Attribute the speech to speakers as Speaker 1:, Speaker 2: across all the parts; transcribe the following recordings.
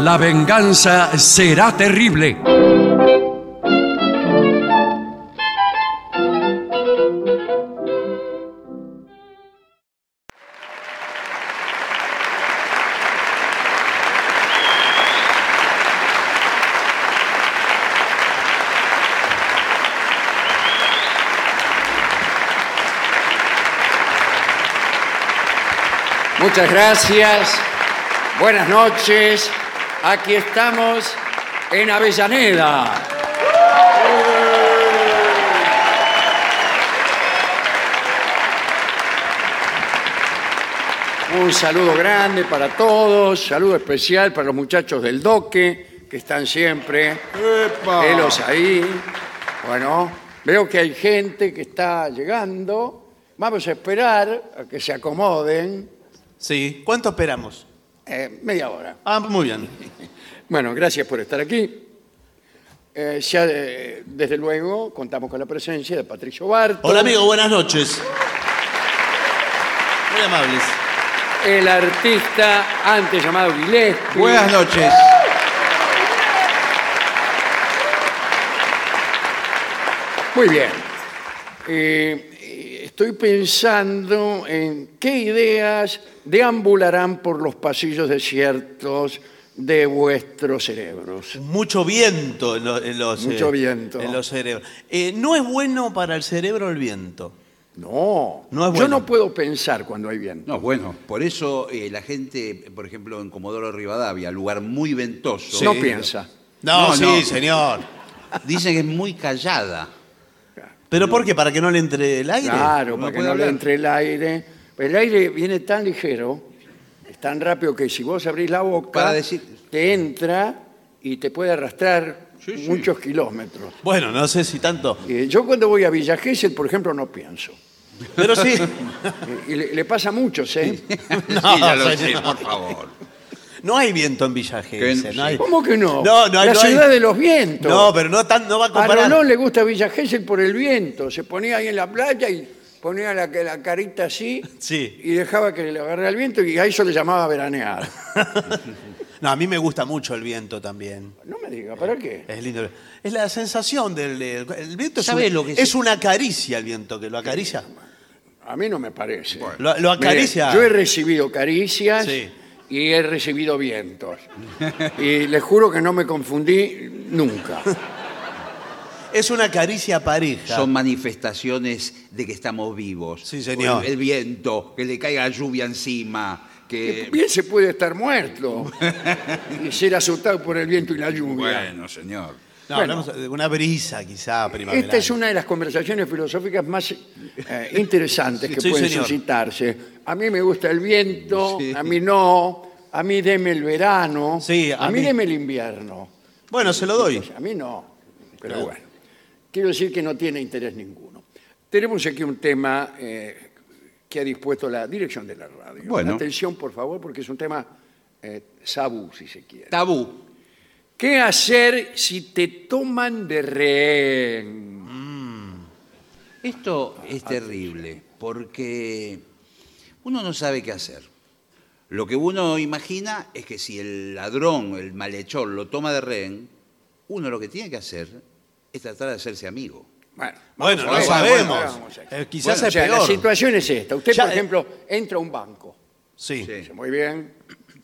Speaker 1: La venganza será terrible.
Speaker 2: Muchas gracias. Buenas noches. Aquí estamos en Avellaneda. Un saludo grande para todos, saludo especial para los muchachos del Doque, que están siempre,
Speaker 3: ¡Epa!
Speaker 2: velos ahí. Bueno, veo que hay gente que está llegando. Vamos a esperar a que se acomoden.
Speaker 3: Sí. ¿Cuánto esperamos?
Speaker 2: Eh, media hora.
Speaker 3: Ah, muy bien.
Speaker 2: Bueno, gracias por estar aquí. Eh, ya, eh, desde luego, contamos con la presencia de Patricio Barto,
Speaker 3: Hola, amigo. Buenas noches. Muy amables.
Speaker 2: el artista antes llamado Gillespie,
Speaker 4: Buenas noches.
Speaker 2: Muy bien. Eh, eh, estoy pensando en qué ideas deambularán por los pasillos desiertos de vuestros cerebros.
Speaker 3: Mucho viento en, lo- en los... eh,
Speaker 2: Mucho viento.
Speaker 3: En los cerebros. Eh, no es bueno para el cerebro el viento.
Speaker 2: No,
Speaker 3: No es
Speaker 2: yo
Speaker 3: bueno.
Speaker 2: no puedo pensar cuando hay viento.
Speaker 4: No, bueno, por eso eh, la gente, por ejemplo, en Comodoro Rivadavia, lugar muy ventoso,
Speaker 2: No
Speaker 3: Sí.
Speaker 2: piensa.
Speaker 3: No,
Speaker 4: No,
Speaker 3: sí,
Speaker 4: no.
Speaker 3: señor.
Speaker 4: dicen que es muy callada.
Speaker 3: ¿Pero por qué? ¿Para que no le entre el aire?
Speaker 2: Claro,
Speaker 4: No
Speaker 2: para que
Speaker 4: puede
Speaker 2: no le
Speaker 4: hablar.
Speaker 2: entre el aire. El aire viene tan ligero, es tan rápido que si vos abrís la boca,
Speaker 4: Para decir-
Speaker 2: te entra y te puede arrastrar
Speaker 4: Sí, sí.
Speaker 2: muchos kilómetros.
Speaker 3: Bueno, no sé si tanto.
Speaker 2: Eh, yo cuando voy a Villa Gesell, por ejemplo, no pienso.
Speaker 3: Pero sí.
Speaker 2: Eh, Y le, le pasa a muchos, ¿eh?
Speaker 4: sí, ya lo
Speaker 3: señor.
Speaker 4: sé, por favor.
Speaker 3: No hay viento en Villa Gesell,
Speaker 4: Que-
Speaker 3: no hay-
Speaker 2: ¿Cómo que no?
Speaker 3: No, no hay-
Speaker 2: la
Speaker 3: no hay-
Speaker 2: ciudad de los vientos.
Speaker 3: No, pero no, tan, no va a
Speaker 2: a
Speaker 3: comparar.
Speaker 2: Rolón le gusta Villa Gesell por el viento. Se ponía ahí en la playa y ponía la, la carita así
Speaker 3: Sí.
Speaker 2: y dejaba que le agarrara el viento y a eso le llamaba veranear.
Speaker 3: No, a mí me gusta mucho el viento también.
Speaker 2: No me diga, ¿para qué?
Speaker 3: Es lindo. Es la sensación del el el viento. Es,
Speaker 4: ¿Sabe
Speaker 3: un-
Speaker 4: lo que
Speaker 3: es
Speaker 4: se-
Speaker 3: una caricia el viento, que lo acaricia.
Speaker 2: A mí no me parece.
Speaker 3: Lo, lo
Speaker 2: Mire,
Speaker 3: acaricia.
Speaker 2: yo he recibido caricias
Speaker 3: Sí.
Speaker 2: y he recibido vientos. y les juro que no me confundí nunca.
Speaker 3: Es una caricia pareja.
Speaker 4: Son manifestaciones de que estamos vivos.
Speaker 3: Sí, señor.
Speaker 4: El, el viento, que le caiga lluvia encima, que...
Speaker 2: Bien se puede estar muerto y ser azotado por el viento y la lluvia.
Speaker 4: Bueno, Este señor.
Speaker 3: No,
Speaker 2: bueno.
Speaker 3: hablamos de una brisa quizá primaveral.
Speaker 2: Esta es una de las conversaciones filosóficas más eh, interesantes que
Speaker 3: Sí,
Speaker 2: pueden
Speaker 3: señor.
Speaker 2: suscitarse. A mí me gusta el viento,
Speaker 4: Sí.
Speaker 2: a mí no, a mí deme el verano,
Speaker 3: Sí,
Speaker 2: a,
Speaker 3: a
Speaker 2: mí
Speaker 3: mí-
Speaker 2: deme el invierno.
Speaker 3: Bueno, se lo doy.
Speaker 2: A mí no, pero bueno. Quiero decir que no tiene interés ninguno. Tenemos aquí un tema eh, que ha dispuesto la dirección de la radio.
Speaker 4: Bueno.
Speaker 2: Atención, por favor, porque es un tema eh, sabú, si se quiere.
Speaker 4: Tabú.
Speaker 2: ¿Qué hacer si te toman de rehén?
Speaker 4: Esto es terrible porque uno no sabe qué hacer. Lo que uno imagina es que si el ladrón, el malhechor, lo toma de rehén, uno lo que tiene que hacer es tratar de hacerse amigo.
Speaker 2: Bueno,
Speaker 3: Bueno, no
Speaker 2: vamos a ver,
Speaker 3: sabemos.
Speaker 2: vamos a ver.
Speaker 3: Eh, quizás
Speaker 2: Bueno,
Speaker 3: es
Speaker 2: o sea,
Speaker 3: peor.
Speaker 2: La situación es esta. Usted,
Speaker 3: Ya,
Speaker 2: por
Speaker 3: eh,
Speaker 2: ejemplo, entra a un banco.
Speaker 3: Sí.
Speaker 4: Sí.
Speaker 2: Dice, muy bien,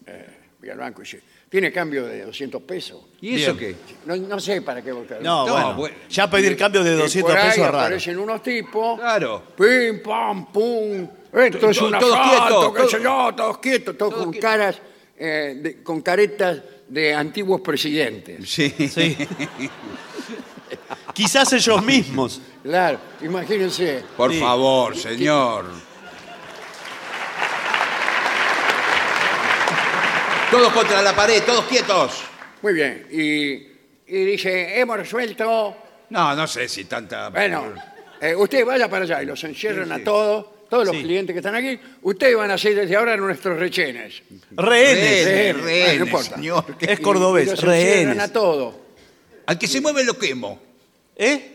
Speaker 2: eh, voy al banco y dice, ¿tiene cambio de 200 pesos?
Speaker 4: ¿Y eso
Speaker 3: Bien.
Speaker 4: qué?
Speaker 2: No, no sé para qué votar.
Speaker 3: No,
Speaker 4: No,
Speaker 3: bueno.
Speaker 4: bueno. Eh,
Speaker 3: Ya pedir cambios de
Speaker 2: Y
Speaker 3: 200
Speaker 2: por ahí
Speaker 3: pesos es raro.
Speaker 2: aparecen unos tipos.
Speaker 4: Claro.
Speaker 2: Pim, pam, pum. Esto es
Speaker 4: To-
Speaker 2: una
Speaker 4: todos quietos,
Speaker 2: qué
Speaker 4: todos-
Speaker 2: sé yo, todos quietos, todos, con caras, eh, de- con caretas de antiguos presidentes.
Speaker 4: Sí.
Speaker 3: Sí. Quizás ellos mismos.
Speaker 2: Claro, imagínense.
Speaker 4: Por
Speaker 3: Sí.
Speaker 4: favor, señor. Todos contra la pared, todos quietos.
Speaker 2: Muy bien. Y, y dice, hemos resuelto.
Speaker 4: No, no sé si tanta.
Speaker 2: Bueno, eh, usted vaya para allá y los encierran a todos, todos los
Speaker 3: Sí.
Speaker 2: clientes que están aquí. Ustedes van a ser desde ahora nuestros rechenes.
Speaker 3: Rehenes.
Speaker 4: Rehenes,
Speaker 2: Bueno,
Speaker 4: rehenes,
Speaker 2: no importa.
Speaker 4: señor.
Speaker 3: Es
Speaker 2: Y-
Speaker 3: cordobés.
Speaker 2: y los encierran a
Speaker 3: rehenes.
Speaker 2: todos.
Speaker 4: Al que se mueve lo quemo.
Speaker 3: ¿Eh?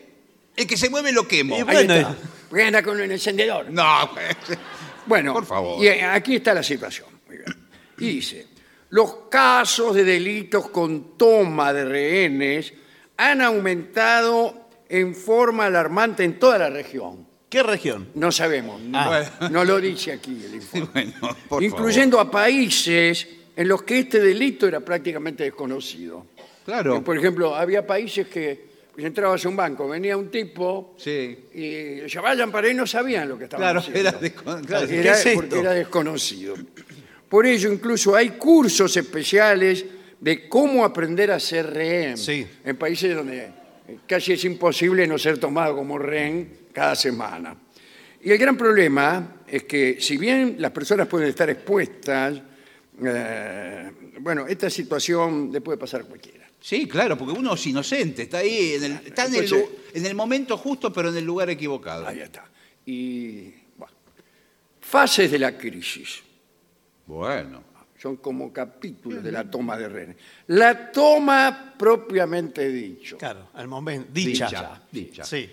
Speaker 4: El que se mueve lo quemo.
Speaker 3: Y-
Speaker 2: Ahí
Speaker 3: Bueno,
Speaker 2: está. Voy a andar con el encendedor.
Speaker 4: No. pues.
Speaker 2: Bueno,
Speaker 4: Por favor.
Speaker 2: Y eh, aquí está la situación. Muy bien. Y dice, los casos de delitos con toma de rehenes han aumentado en forma alarmante en toda la región.
Speaker 3: ¿Qué región?
Speaker 2: No sabemos, no, no lo dice aquí el informe.
Speaker 4: Bueno, Ah. por
Speaker 2: incluyendo a países en los que este delito era prácticamente desconocido.
Speaker 4: favor. Claro.
Speaker 2: Por ejemplo, había países que pues, entrabas a un banco, venía un tipo
Speaker 4: Sí.
Speaker 2: y ya vayan para ahí no sabían lo que estaban
Speaker 4: Claro,
Speaker 2: haciendo.
Speaker 4: era descon- claro, ¿qué
Speaker 2: Era-
Speaker 4: es esto?
Speaker 2: porque era desconocido. Por ello, incluso hay cursos especiales de cómo aprender a ser rehén
Speaker 3: Sí.
Speaker 2: en países donde eh, casi es imposible no ser tomado como rehén cada semana. Y el gran problema es que si bien las personas pueden estar expuestas, eh, bueno, esta situación le puede pasar a cualquiera.
Speaker 4: Sí, claro, porque uno es inocente, está ahí, en el, está en el, lu-
Speaker 2: Entonces-
Speaker 4: en el momento justo, pero en el lugar equivocado.
Speaker 2: Ahí está. Y, bueno, fases de la crisis.
Speaker 4: Bueno,
Speaker 2: son como capítulos de la toma de rehenes. La toma propiamente dicho
Speaker 3: Claro, al momento. Dicha.
Speaker 4: Dicha, dicha.
Speaker 3: Sí.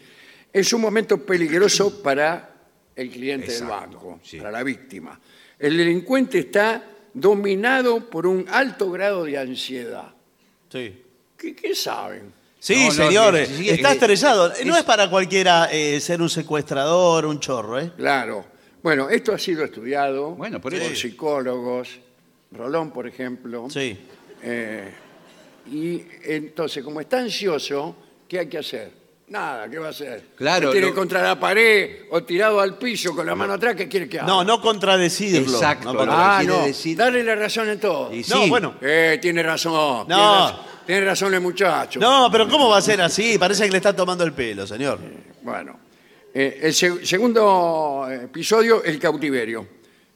Speaker 2: es un momento peligroso para el cliente del
Speaker 4: Exacto,
Speaker 2: banco,
Speaker 4: sí.
Speaker 2: para la víctima. El delincuente está dominado por un alto grado de ansiedad.
Speaker 3: Sí.
Speaker 2: ¿Qué, qué saben?
Speaker 3: Sí,
Speaker 4: No, no,
Speaker 3: señores,
Speaker 4: sí, sí,
Speaker 3: está
Speaker 4: eh,
Speaker 3: estresado. no es para cualquiera eh, ser un secuestrador, un chorro, ¿eh?
Speaker 2: Claro. Bueno, esto ha sido estudiado
Speaker 4: Bueno, por
Speaker 2: por
Speaker 4: eso-
Speaker 2: psicólogos, Rolón, por ejemplo.
Speaker 3: Sí.
Speaker 2: Eh, y entonces, como está ansioso, ¿qué hay que hacer? Nada, ¿qué va a hacer?
Speaker 4: Claro,
Speaker 2: Me tiene
Speaker 4: lo-
Speaker 2: contra la pared o tirado al piso con la mano atrás, ¿qué quiere que haga?
Speaker 3: No, no contradecirlo.
Speaker 4: Exacto,
Speaker 3: No,
Speaker 2: Ah,
Speaker 3: contra-
Speaker 4: Lo que quiere
Speaker 2: no.
Speaker 4: decir-
Speaker 2: Darle la razón en todo.
Speaker 4: Y sí.
Speaker 3: No, bueno.
Speaker 2: Eh, tiene razón. Tiene
Speaker 3: No.
Speaker 2: razón, tiene razón el muchacho.
Speaker 3: No, pero ¿cómo va a ser así? Parece que le están tomando el pelo, señor.
Speaker 2: Bueno, eh, el seg- segundo eh, episodio, el cautiverio,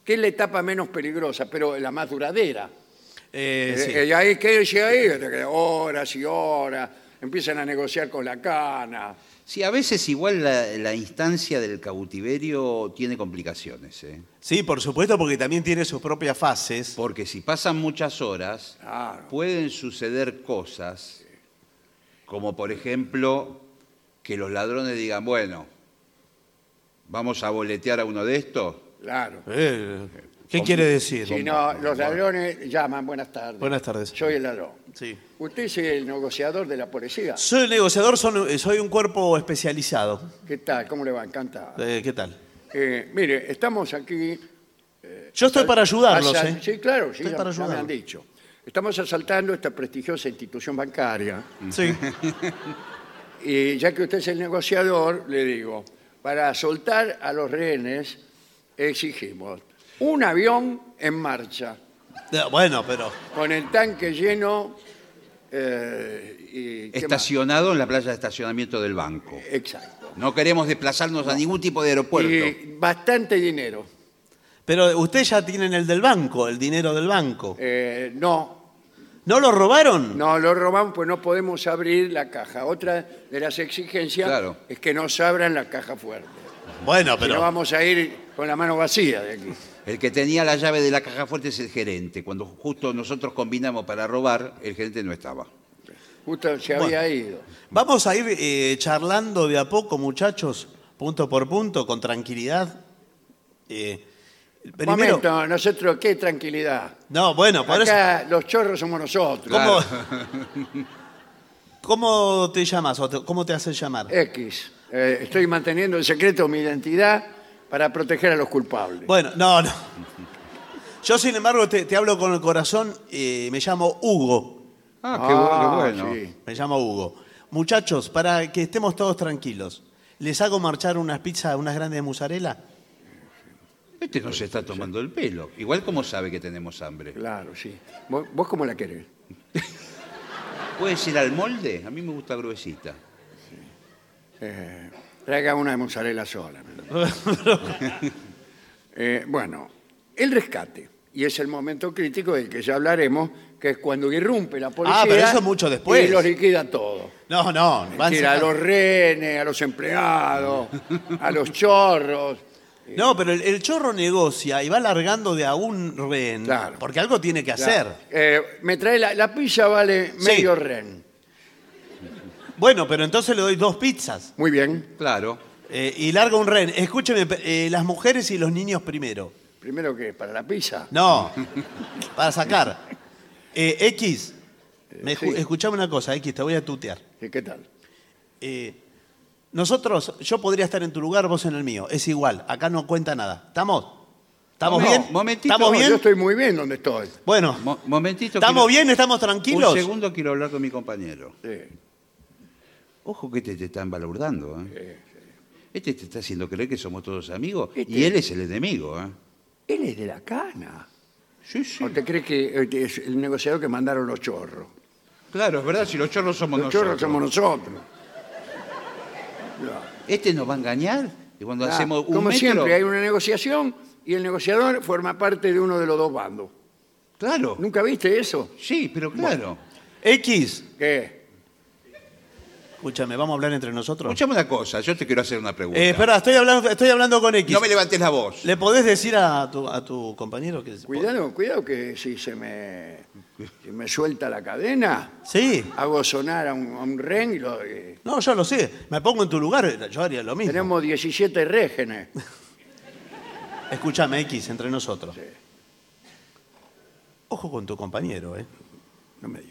Speaker 2: que es la etapa menos peligrosa, pero la más duradera.
Speaker 3: Eh, sí.
Speaker 2: Eh, eh, y ahí quédese ahí, eh, horas y horas, empiezan a negociar con la cana.
Speaker 4: sí, a veces igual la, la instancia del cautiverio tiene complicaciones, ¿eh?
Speaker 3: Sí, por supuesto, porque también tiene sus propias fases.
Speaker 4: porque si pasan muchas horas,
Speaker 2: Claro.
Speaker 4: pueden suceder cosas, como por ejemplo que los ladrones digan, bueno, vamos a boletear a uno de estos.
Speaker 2: Claro.
Speaker 3: Eh, ¿Qué quiere decir?
Speaker 2: Si no, los ladrones llaman, buenas tardes.
Speaker 3: Buenas tardes.
Speaker 2: Soy el ladrón.
Speaker 3: Sí.
Speaker 2: Usted es el negociador de la policía.
Speaker 3: Soy negociador, son- eh, soy un cuerpo especializado.
Speaker 2: ¿Qué tal? ¿Cómo le va? Encantado.
Speaker 3: Eh, ¿Qué tal?
Speaker 2: Eh, mire, estamos aquí...
Speaker 3: Yo estoy para ayudarlos,
Speaker 2: asal-
Speaker 3: ¿eh?
Speaker 2: Sí, claro, sí,
Speaker 3: Estoy
Speaker 2: ya-
Speaker 3: para
Speaker 2: ya me han
Speaker 3: ayudarlos.
Speaker 2: dicho. Estamos asaltando esta prestigiosa institución bancaria.
Speaker 3: Sí.
Speaker 2: Y ya que usted es el negociador, le digo, para soltar a los rehenes exigimos un avión en marcha,
Speaker 3: No, Bueno, pero.
Speaker 2: con el tanque lleno eh, y... ¿qué más?
Speaker 4: Estacionado en la playa de estacionamiento del banco.
Speaker 2: Exacto.
Speaker 4: No queremos desplazarnos a ningún tipo de aeropuerto.
Speaker 2: Y bastante dinero.
Speaker 3: Pero ustedes ya tienen el del banco, el dinero del banco.
Speaker 2: Eh, no,
Speaker 3: ¿No lo robaron?
Speaker 2: no lo robamos, pues no podemos abrir la caja. Otra de las exigencias
Speaker 4: Claro.
Speaker 2: es que nos abran la caja fuerte.
Speaker 3: Bueno,
Speaker 2: Si no
Speaker 3: pero.
Speaker 2: vamos a ir con la mano vacía de aquí.
Speaker 4: El que tenía la llave de la caja fuerte es el gerente. Cuando justo nosotros combinamos para robar, el gerente no estaba.
Speaker 2: Justo se
Speaker 3: Bueno.
Speaker 2: había ido.
Speaker 3: Vamos a ir eh, charlando de a poco, muchachos, punto por punto, con tranquilidad. Eh, primero-
Speaker 2: Momento, nosotros, qué tranquilidad.
Speaker 3: No, bueno, por eso.
Speaker 2: Acá los chorros somos nosotros.
Speaker 3: ¿Cómo, ¿Cómo te llamas o te- cómo te haces llamar?
Speaker 2: X. Eh, estoy manteniendo en secreto mi identidad para proteger a los culpables.
Speaker 3: Bueno, no, no. Yo, sin embargo, te, te hablo con el corazón. eh, me llamo Hugo.
Speaker 4: Ah, qué bu- qué bueno.
Speaker 2: sí.
Speaker 3: Me llamo Hugo. Muchachos, para que estemos todos tranquilos, ¿les hago marchar unas pizzas, unas grandes musarela?
Speaker 4: Este no se está tomando el pelo. Igual como sabe que tenemos hambre.
Speaker 2: Claro, sí. ¿Vos, vos cómo la querés?
Speaker 4: ¿Puede ser al molde? A mí me gusta gruesita.
Speaker 2: Eh, traiga una de mozzarella sola. Eh, bueno, el rescate. Y es el momento crítico del que ya hablaremos, que es cuando irrumpe la policía.
Speaker 3: Ah, pero eso es mucho después.
Speaker 2: Y los liquida todo.
Speaker 3: No, no, van
Speaker 2: Tira a
Speaker 3: sacando-
Speaker 2: los rehenes, a los empleados, a los chorros.
Speaker 3: No, pero el, el chorro negocia y va largando de a un rehén.
Speaker 2: Claro.
Speaker 3: Porque algo tiene que hacer.
Speaker 2: Eh, me trae la, la pizza, vale
Speaker 3: Sí.
Speaker 2: medio ren.
Speaker 3: Bueno, pero entonces le doy dos pizzas
Speaker 2: Muy bien.
Speaker 4: Claro.
Speaker 3: eh, y larga un rehén. Escúcheme, pe- eh, las mujeres y los niños primero.
Speaker 2: Primero que para la pizza.
Speaker 3: No, para sacar. Eh, X, me
Speaker 2: sí.
Speaker 3: escu- escuchame una cosa, X, te voy a tutear.
Speaker 2: ¿Y ¿Qué tal?
Speaker 3: Eh, nosotros, yo podría estar en tu lugar, vos en el mío. Es igual, acá no cuenta nada. ¿Estamos? ¿Estamos
Speaker 4: No,
Speaker 3: bien?
Speaker 4: momentito,
Speaker 3: ¿Estamos
Speaker 2: No,
Speaker 3: bien?
Speaker 2: Yo estoy muy bien donde estoy.
Speaker 3: Bueno,
Speaker 4: Mo- momentito.
Speaker 3: ¿estamos
Speaker 4: quiero-
Speaker 3: bien? ¿Estamos tranquilos?
Speaker 4: Un segundo quiero hablar con mi compañero.
Speaker 2: Sí.
Speaker 4: Ojo que este te está embalaurdando. ¿eh? Este te está haciendo creer que somos todos amigos y
Speaker 2: Este-
Speaker 4: él es el enemigo. ¿eh?
Speaker 2: Él es de la cana.
Speaker 4: Sí, sí.
Speaker 2: ¿O te crees que eh, es el negociador que mandaron los chorros?
Speaker 4: Claro, es verdad, si los chorros somos
Speaker 2: Los
Speaker 4: nosotros.
Speaker 2: chorros somos nosotros. No.
Speaker 4: Este nos va a engañar. Y cuando
Speaker 2: Ah,
Speaker 4: hacemos un
Speaker 2: como
Speaker 4: metro-
Speaker 2: siempre, hay una negociación y el negociador forma parte de uno de los dos bandos.
Speaker 4: Claro.
Speaker 2: ¿Nunca viste eso?
Speaker 4: Sí, pero claro.
Speaker 3: X,
Speaker 2: ¿Qué?
Speaker 3: escúchame, ¿vamos a hablar entre nosotros?
Speaker 4: Escuchame una cosa, yo te quiero hacer una pregunta.
Speaker 3: Eh, espera, estoy hablando, estoy hablando con X.
Speaker 4: No me levantes la voz.
Speaker 3: ¿Le podés decir a tu, a tu compañero que...
Speaker 2: Cuidado, cuidado que si se me, si me suelta la cadena,
Speaker 3: Sí.
Speaker 2: hago sonar a un, a un ren y lo... y-
Speaker 3: No, yo lo sé. Me pongo en tu lugar, yo haría lo mismo.
Speaker 2: tenemos 17 régenes.
Speaker 3: Escúchame, X, entre nosotros. Ojo con tu compañero, ¿eh?
Speaker 2: No me digas.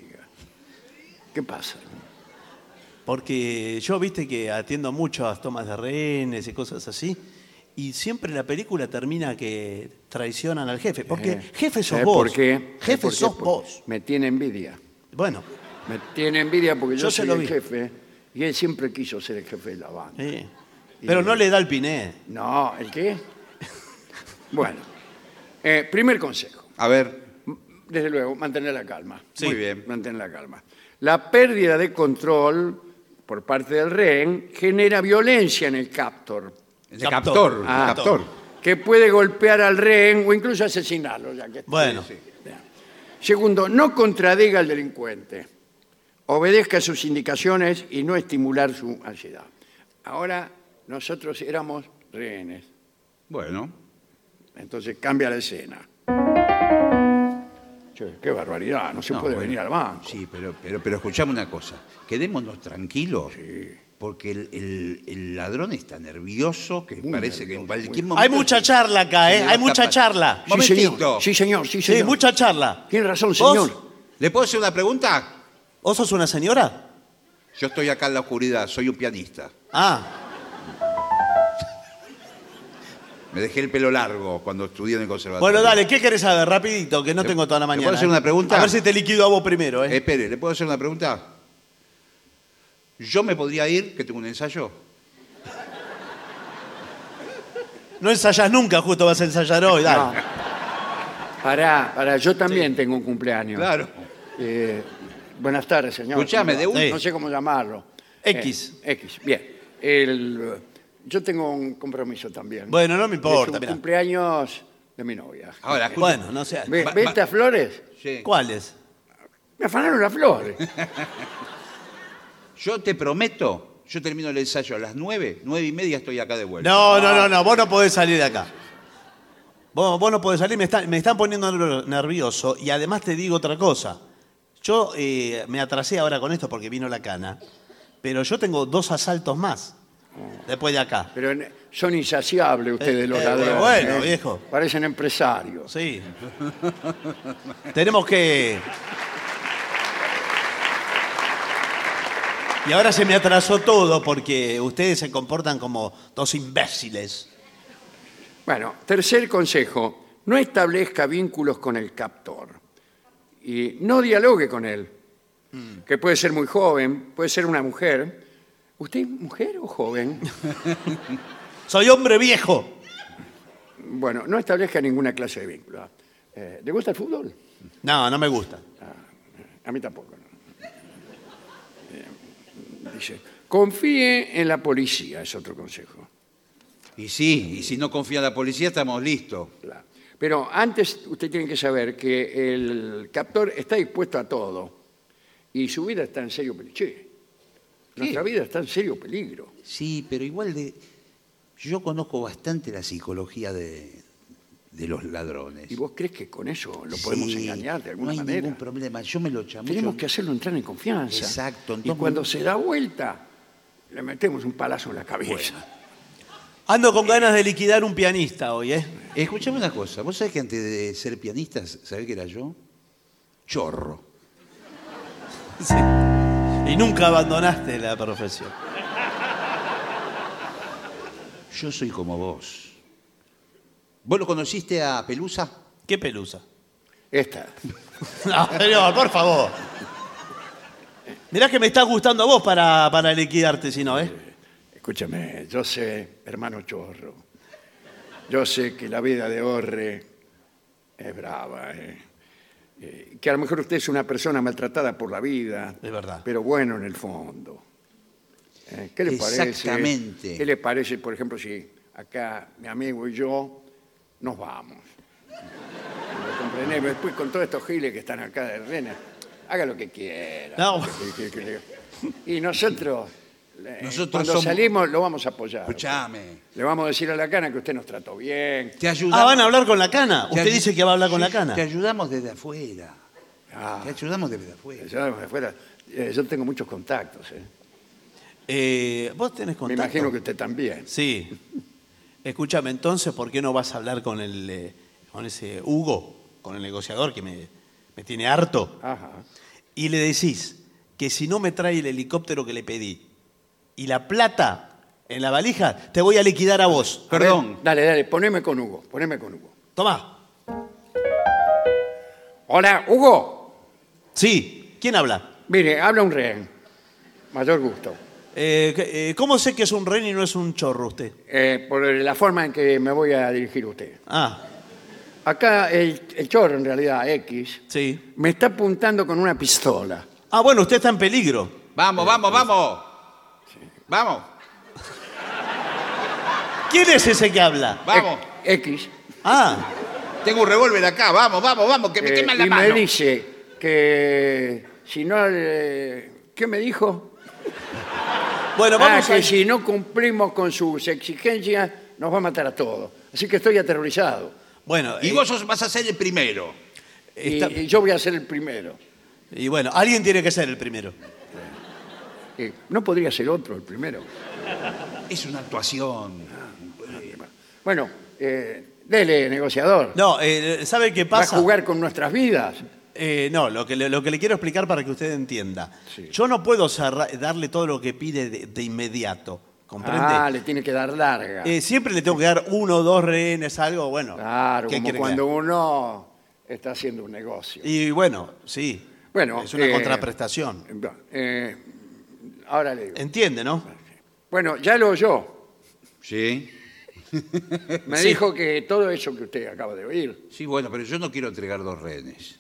Speaker 2: ¿Qué pasa?
Speaker 3: Porque yo viste que atiendo muchas tomas de rehenes y cosas así. Y siempre la película termina que traicionan al jefe. Porque jefe sos
Speaker 2: ¿Sabés
Speaker 3: vos.
Speaker 2: Eh, ¿Por qué? ¿Sabés
Speaker 3: Jefe
Speaker 2: por qué?
Speaker 3: sos
Speaker 2: Porque
Speaker 3: vos.
Speaker 2: Me tiene envidia.
Speaker 3: Bueno,
Speaker 2: Me tiene envidia porque yo,
Speaker 3: Yo se
Speaker 2: soy
Speaker 3: lo
Speaker 2: el
Speaker 3: vi. ¿Eh?
Speaker 2: jefe y él siempre quiso ser el jefe de la banda.
Speaker 3: sí. Pero no le da el piné.
Speaker 2: No, ¿el qué? bueno, eh, primer consejo.
Speaker 4: A ver,
Speaker 2: Desde luego, mantener la calma.
Speaker 4: Sí.
Speaker 2: Muy bien, mantener la calma. La pérdida de control por parte del rehén genera violencia en el captor,
Speaker 4: el
Speaker 3: Captor.
Speaker 4: captor. el
Speaker 2: Ah.
Speaker 4: Pues, captor.
Speaker 2: que puede golpear al rehén o incluso asesinarlo. ya que-
Speaker 3: Bueno,
Speaker 2: Segundo, no contradiga al delincuente. Obedezca sus indicaciones y no estimular su ansiedad. Ahora, nosotros éramos rehenes.
Speaker 4: Bueno.
Speaker 2: Entonces cambia la escena. Che, qué barbaridad, no se
Speaker 4: No,
Speaker 2: puede
Speaker 4: bueno.
Speaker 2: venir al banco.
Speaker 4: Sí, pero, pero, pero escuchame una cosa. Quedémonos tranquilos. Porque el, el- el ladrón está nervioso, que
Speaker 2: Muy
Speaker 4: parece que
Speaker 2: nervioso,
Speaker 4: en cualquier
Speaker 2: muy-
Speaker 4: momento...
Speaker 3: hay mucha charla acá, ¿eh? Hay mucha charla.
Speaker 2: Sí,
Speaker 4: Momentito.
Speaker 2: señor. Sí, señor. Sí,
Speaker 3: Sí,
Speaker 2: señor.
Speaker 3: mucha charla.
Speaker 2: Tiene razón,
Speaker 3: ¿Vos?
Speaker 2: señor.
Speaker 4: ¿Le puedo hacer una pregunta?
Speaker 3: ¿Vos sos una señora?
Speaker 4: Yo estoy acá en la oscuridad, soy un pianista.
Speaker 3: Ah,
Speaker 4: Me dejé el pelo largo cuando estudié en el conservatorio.
Speaker 3: bueno, dale, ¿qué querés saber? Rapidito, que no tengo toda la
Speaker 4: ¿Te puedo
Speaker 3: mañana.
Speaker 4: hacer
Speaker 3: ¿eh?
Speaker 4: una pregunta?
Speaker 3: A ver si te liquido a vos primero,
Speaker 4: Eh,
Speaker 3: ¿eh?
Speaker 4: espere, ¿le puedo hacer una pregunta? ¿Yo me podría ir, que tengo un ensayo?
Speaker 3: No ensayás nunca, justo vas a ensayar hoy, dale.
Speaker 2: Ah. Pará, pará, yo también tengo un cumpleaños.
Speaker 4: Claro.
Speaker 2: Eh, buenas tardes, señor.
Speaker 4: Escuchame,
Speaker 2: ¿Cómo va?
Speaker 3: de un-
Speaker 2: No sé cómo llamarlo.
Speaker 3: X.
Speaker 2: Eh, X, bien. El, eh, yo tengo un compromiso también.
Speaker 3: Bueno, no me importa,
Speaker 2: Es un
Speaker 3: mirá.
Speaker 2: cumpleaños de mi novia.
Speaker 4: Ahora, escucha.
Speaker 3: Bueno, no sé.
Speaker 2: ¿Ve,
Speaker 4: va-
Speaker 2: ve
Speaker 4: va-
Speaker 2: estas flores?
Speaker 4: Sí.
Speaker 3: ¿Cuáles?
Speaker 2: Me afanaron las flores.
Speaker 4: Yo te prometo, yo termino el ensayo a las nueve, nueve y media estoy acá de vuelta.
Speaker 3: No, no, no, no, vos no podés salir de acá. Vos, vos no podés salir, me están, me están poniendo nerv- nervioso y además te digo otra cosa. Yo eh, me atrasé ahora con esto porque vino la cana, pero yo tengo dos asaltos más después de acá.
Speaker 2: Pero en- son insaciables ustedes
Speaker 3: Eh,
Speaker 2: los
Speaker 3: eh,
Speaker 2: ladrones.
Speaker 3: bueno,
Speaker 2: ¿eh?
Speaker 3: viejo.
Speaker 2: Parecen empresarios.
Speaker 3: Sí. Tenemos que... Y ahora se me atrasó todo porque ustedes se comportan como dos imbéciles.
Speaker 2: Bueno, tercer consejo, no establezca vínculos con el captor y no dialogue con él, que puede ser muy joven, puede ser una mujer. ¿Usted es mujer o joven?
Speaker 3: Soy hombre viejo.
Speaker 2: Bueno, no establezca ninguna clase de vínculo. Eh, ¿Le gusta el fútbol?
Speaker 3: No, no me gusta.
Speaker 2: A mí tampoco. no. Eh, dice, confíe en la policía, es otro consejo.
Speaker 4: Y sí, y si no confía la policía estamos listos.
Speaker 2: Claro. Pero antes usted tiene que saber que el captor está dispuesto a todo y su vida está en serio peligro. Che, nuestra vida está en serio peligro.
Speaker 4: Sí, pero igual de... Yo conozco bastante la psicología de, de los ladrones.
Speaker 2: ¿Y vos crees que con eso lo podemos
Speaker 4: Sí,
Speaker 2: engañar de alguna
Speaker 4: No hay
Speaker 2: manera?
Speaker 4: ningún problema, yo me lo chamucho.
Speaker 2: Tenemos que hacerlo entrar en confianza.
Speaker 4: Exacto, en
Speaker 2: Y
Speaker 4: dos
Speaker 2: cuando
Speaker 4: minutos.
Speaker 2: se da vuelta, le metemos un palazo en la cabeza.
Speaker 3: Ando con ganas de liquidar un pianista hoy, ¿eh?
Speaker 4: Escuchame una cosa, vos sabés que antes de ser pianista, ¿sabés que era yo? chorro.
Speaker 3: Sí. Y nunca abandonaste la profesión.
Speaker 4: Yo soy como vos. ¿Vos lo conociste a Pelusa?
Speaker 3: ¿Qué pelusa?
Speaker 2: Esta.
Speaker 3: No, señor, por favor. Mirá que me está gustando a vos para, para liquidarte, si no, ¿eh?
Speaker 2: Escúchame, yo sé, hermano Chorro, yo sé que la vida de Orre es brava, ¿eh? Eh, que a lo mejor usted es una persona maltratada por la vida,
Speaker 3: Es verdad.
Speaker 2: pero bueno en el fondo. Eh, ¿Qué le parece?
Speaker 4: Exactamente.
Speaker 2: ¿Qué le parece, por ejemplo, si acá mi amigo y yo nos vamos? ¿Lo comprendés? Después con todos estos giles que están acá de rena, haga lo que quiera.
Speaker 3: No.
Speaker 2: Que- que- que- que- Y nosotros, eh,
Speaker 4: Nosotros
Speaker 2: cuando
Speaker 4: somos-
Speaker 2: salimos lo vamos a apoyar.
Speaker 4: Escuchame.
Speaker 2: Le vamos a decir a la cana que usted nos trató bien.
Speaker 4: Te ayudamos.
Speaker 3: Ah, van a hablar con la cana.
Speaker 4: Te
Speaker 3: Usted
Speaker 4: ayu-
Speaker 3: dice que va a hablar con
Speaker 4: Sí,
Speaker 3: la cana.
Speaker 4: Te ayudamos desde afuera.
Speaker 2: Ah,
Speaker 4: Te ayudamos desde afuera.
Speaker 2: yo, de fuera, eh, yo tengo muchos contactos. eh.
Speaker 3: Eh, ¿Vos tenés
Speaker 2: Me
Speaker 3: contacto?
Speaker 2: imagino que usted también.
Speaker 3: Sí. Escúchame, entonces, ¿por qué no vas a hablar con el eh, con ese Hugo, con el negociador que me, me tiene harto?
Speaker 2: Ajá.
Speaker 3: Y le decís que si no me trae el helicóptero que le pedí y la plata en la valija, te voy a liquidar a vos.
Speaker 2: A ver,
Speaker 4: Perdón.
Speaker 2: Dale, dale, poneme con Hugo, poneme con Hugo.
Speaker 3: Tomá.
Speaker 2: Hola, Hugo.
Speaker 3: Sí. ¿Quién habla?
Speaker 2: Mire, habla un rehén. Mayor gusto.
Speaker 3: Eh, que- eh, ¿Cómo sé que es un rey y no es un chorro usted?
Speaker 2: Eh, por la forma en que me voy a dirigir a usted.
Speaker 3: Ah,
Speaker 2: Acá el, el chorro, en realidad, X,
Speaker 3: sí.
Speaker 2: me está apuntando con una pistola.
Speaker 3: Ah, bueno, usted está en peligro.
Speaker 4: Vamos, vamos, vamos. Vamos,
Speaker 3: ¿Quién es ese que habla?
Speaker 4: vamos.
Speaker 2: E- X.
Speaker 3: Ah,
Speaker 4: Tengo un revólver acá. Vamos, vamos, vamos. Que me
Speaker 2: eh,
Speaker 4: queman la
Speaker 2: y
Speaker 4: mano.
Speaker 2: me dice que si no... eh, ¿Qué me dijo?
Speaker 3: bueno,
Speaker 2: Ah,
Speaker 3: vamos
Speaker 2: que
Speaker 3: a...
Speaker 2: si no cumplimos con sus exigencias, nos va a matar a todos. Así que estoy aterrorizado.
Speaker 3: Bueno,
Speaker 4: Y
Speaker 3: eh,
Speaker 4: vos sos- vas a ser el primero.
Speaker 2: Y,
Speaker 3: está-
Speaker 2: y yo voy a ser el primero.
Speaker 3: Y bueno, alguien tiene que ser el primero.
Speaker 2: Eh, no podría ser otro el primero.
Speaker 4: Es una actuación.
Speaker 2: Bueno, eh, dele, negociador.
Speaker 3: No, eh, ¿sabe qué
Speaker 2: ¿Va a
Speaker 3: pasa?
Speaker 2: jugar con nuestras vidas?
Speaker 3: Eh, no, lo que, le- lo que le quiero explicar para que usted entienda.
Speaker 2: Sí.
Speaker 3: Yo no puedo cerra- darle todo lo que pide de, de inmediato. ¿Comprende?
Speaker 2: Ah, le tiene que dar larga.
Speaker 3: Eh, siempre le tengo que dar uno o dos rehenes, algo, bueno.
Speaker 2: claro,
Speaker 3: ¿qué
Speaker 2: como
Speaker 3: quiere que
Speaker 2: cuando uno está haciendo un negocio.
Speaker 3: haga? Y bueno, sí.
Speaker 2: Bueno,
Speaker 3: es una
Speaker 2: eh,
Speaker 3: contraprestación.
Speaker 2: Eh, ahora le digo.
Speaker 3: Entiende, ¿no?
Speaker 2: Bueno, ya lo oyó.
Speaker 4: Sí.
Speaker 2: Me
Speaker 3: Sí.
Speaker 2: dijo que todo eso que usted acaba de oír.
Speaker 4: Sí, bueno, pero yo no quiero entregar dos rehenes.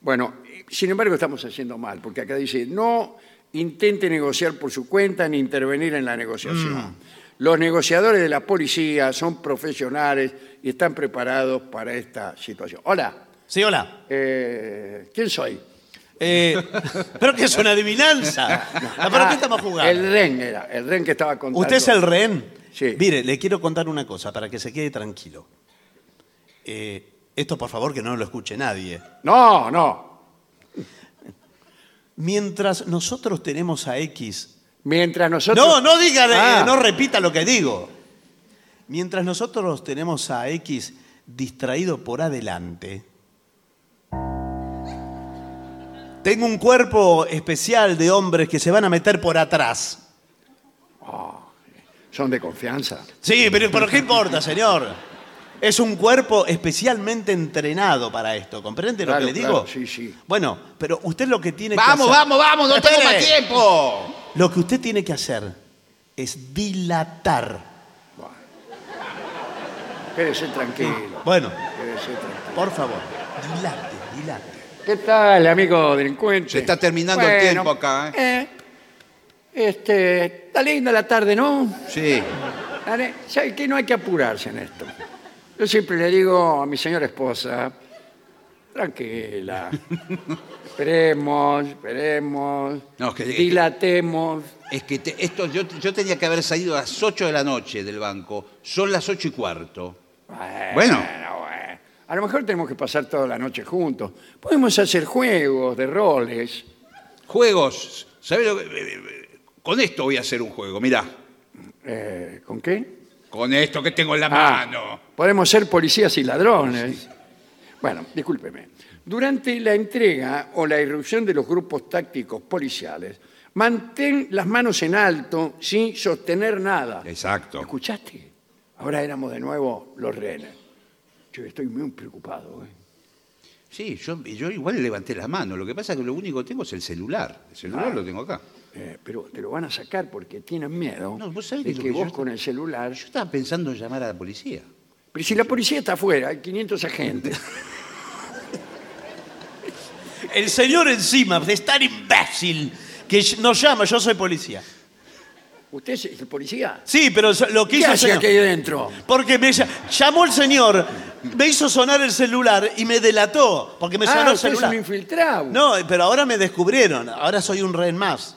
Speaker 2: Bueno, eh, sin embargo estamos haciendo mal, porque acá dice, no intente negociar por su cuenta ni intervenir en la negociación.
Speaker 3: Mm.
Speaker 2: Los negociadores de la policía son profesionales y están preparados para esta situación. Hola,
Speaker 3: Sí, hola.
Speaker 2: eh, ¿quién soy?
Speaker 3: Eh, pero que es una adivinanza. Ah, ¿Pero qué estamos jugando?
Speaker 2: El REN era, el REN que estaba contando.
Speaker 3: ¿Usted es el rehén?
Speaker 2: Sí.
Speaker 3: Mire, le quiero contar una cosa para que se quede tranquilo. Eh, esto, por favor, que no lo escuche nadie.
Speaker 2: No, no.
Speaker 3: Mientras nosotros tenemos a X.
Speaker 2: Mientras nosotros...
Speaker 3: No, no diga, eh,
Speaker 2: Ah,
Speaker 3: no repita lo que digo. Mientras nosotros tenemos a X distraído por adelante. Tengo un cuerpo especial de hombres que se van a meter por atrás.
Speaker 2: Son de confianza.
Speaker 3: Sí, pero, pero ¿qué importa, señor? Es un cuerpo especialmente entrenado para esto, ¿comprende lo
Speaker 2: Claro,
Speaker 3: que le digo?
Speaker 2: claro, sí, sí.
Speaker 3: Bueno, pero usted lo que tiene
Speaker 4: Vamos,
Speaker 3: que hacer...
Speaker 4: vamos, vamos, no tengo
Speaker 3: Espere.
Speaker 4: más tiempo.
Speaker 3: Lo que usted tiene que hacer es dilatar.
Speaker 2: Quédese tranquilo.
Speaker 3: Bueno,
Speaker 2: Quédese tranquilo.
Speaker 3: por favor, dilate, dilate.
Speaker 2: ¿Qué tal, amigo delincuente?
Speaker 4: Se está terminando el tiempo acá,
Speaker 2: ¿eh? Este, está linda la tarde, ¿no?
Speaker 4: Sí.
Speaker 2: Dale, ¿Sabe qué? No hay que apurarse en esto. Yo siempre le digo a mi señora esposa, tranquila, esperemos, esperemos,
Speaker 4: No, que-
Speaker 2: dilatemos.
Speaker 4: Es que te- esto, yo, yo tenía que haber salido a las 8 de la noche del banco. Son las 8 y cuarto.
Speaker 2: Bueno,
Speaker 4: Bueno.
Speaker 2: bueno. A lo mejor tenemos que pasar toda la noche juntos. Podemos hacer juegos de roles.
Speaker 4: Juegos. ¿Sabés lo que- eh, Con esto voy a hacer un juego, mirá.
Speaker 2: Eh, ¿Con qué?
Speaker 4: Con esto que tengo en la
Speaker 2: Ah,
Speaker 4: mano.
Speaker 2: Podemos ser policías y ladrones. Bueno, discúlpeme. Durante la entrega o la irrupción de los grupos tácticos policiales, mantén las manos en alto sin sostener nada.
Speaker 4: Exacto.
Speaker 2: ¿Escuchaste? Ahora éramos de nuevo los rehenes. Yo estoy muy preocupado. ¿eh?
Speaker 4: Sí, yo, yo igual levanté la mano. Lo que pasa es que lo único que tengo es el celular. El celular
Speaker 2: Ah.
Speaker 4: lo tengo acá.
Speaker 2: Eh, pero te lo van a sacar porque tienen miedo
Speaker 4: No, vos sabés
Speaker 2: de
Speaker 4: que lo
Speaker 2: que
Speaker 4: que yo
Speaker 2: vos
Speaker 4: est-
Speaker 2: con el celular...
Speaker 4: Yo estaba pensando en llamar a la policía.
Speaker 2: Pero si la policía está afuera, hay 500 agentes.
Speaker 3: El señor encima es tan imbécil que nos llama, yo soy policía.
Speaker 2: ¿Usted es el policía?
Speaker 3: Sí, pero so- lo que
Speaker 2: ¿Qué
Speaker 3: hizo el
Speaker 2: hace
Speaker 3: señor-
Speaker 2: aquí dentro?
Speaker 3: Porque me ll- llamó el señor, me hizo sonar el celular y me delató, porque me sonó
Speaker 2: ah,
Speaker 3: el
Speaker 2: usted es un
Speaker 3: celular.
Speaker 2: infiltrado.
Speaker 3: No, pero ahora me descubrieron, ahora soy un rehén más.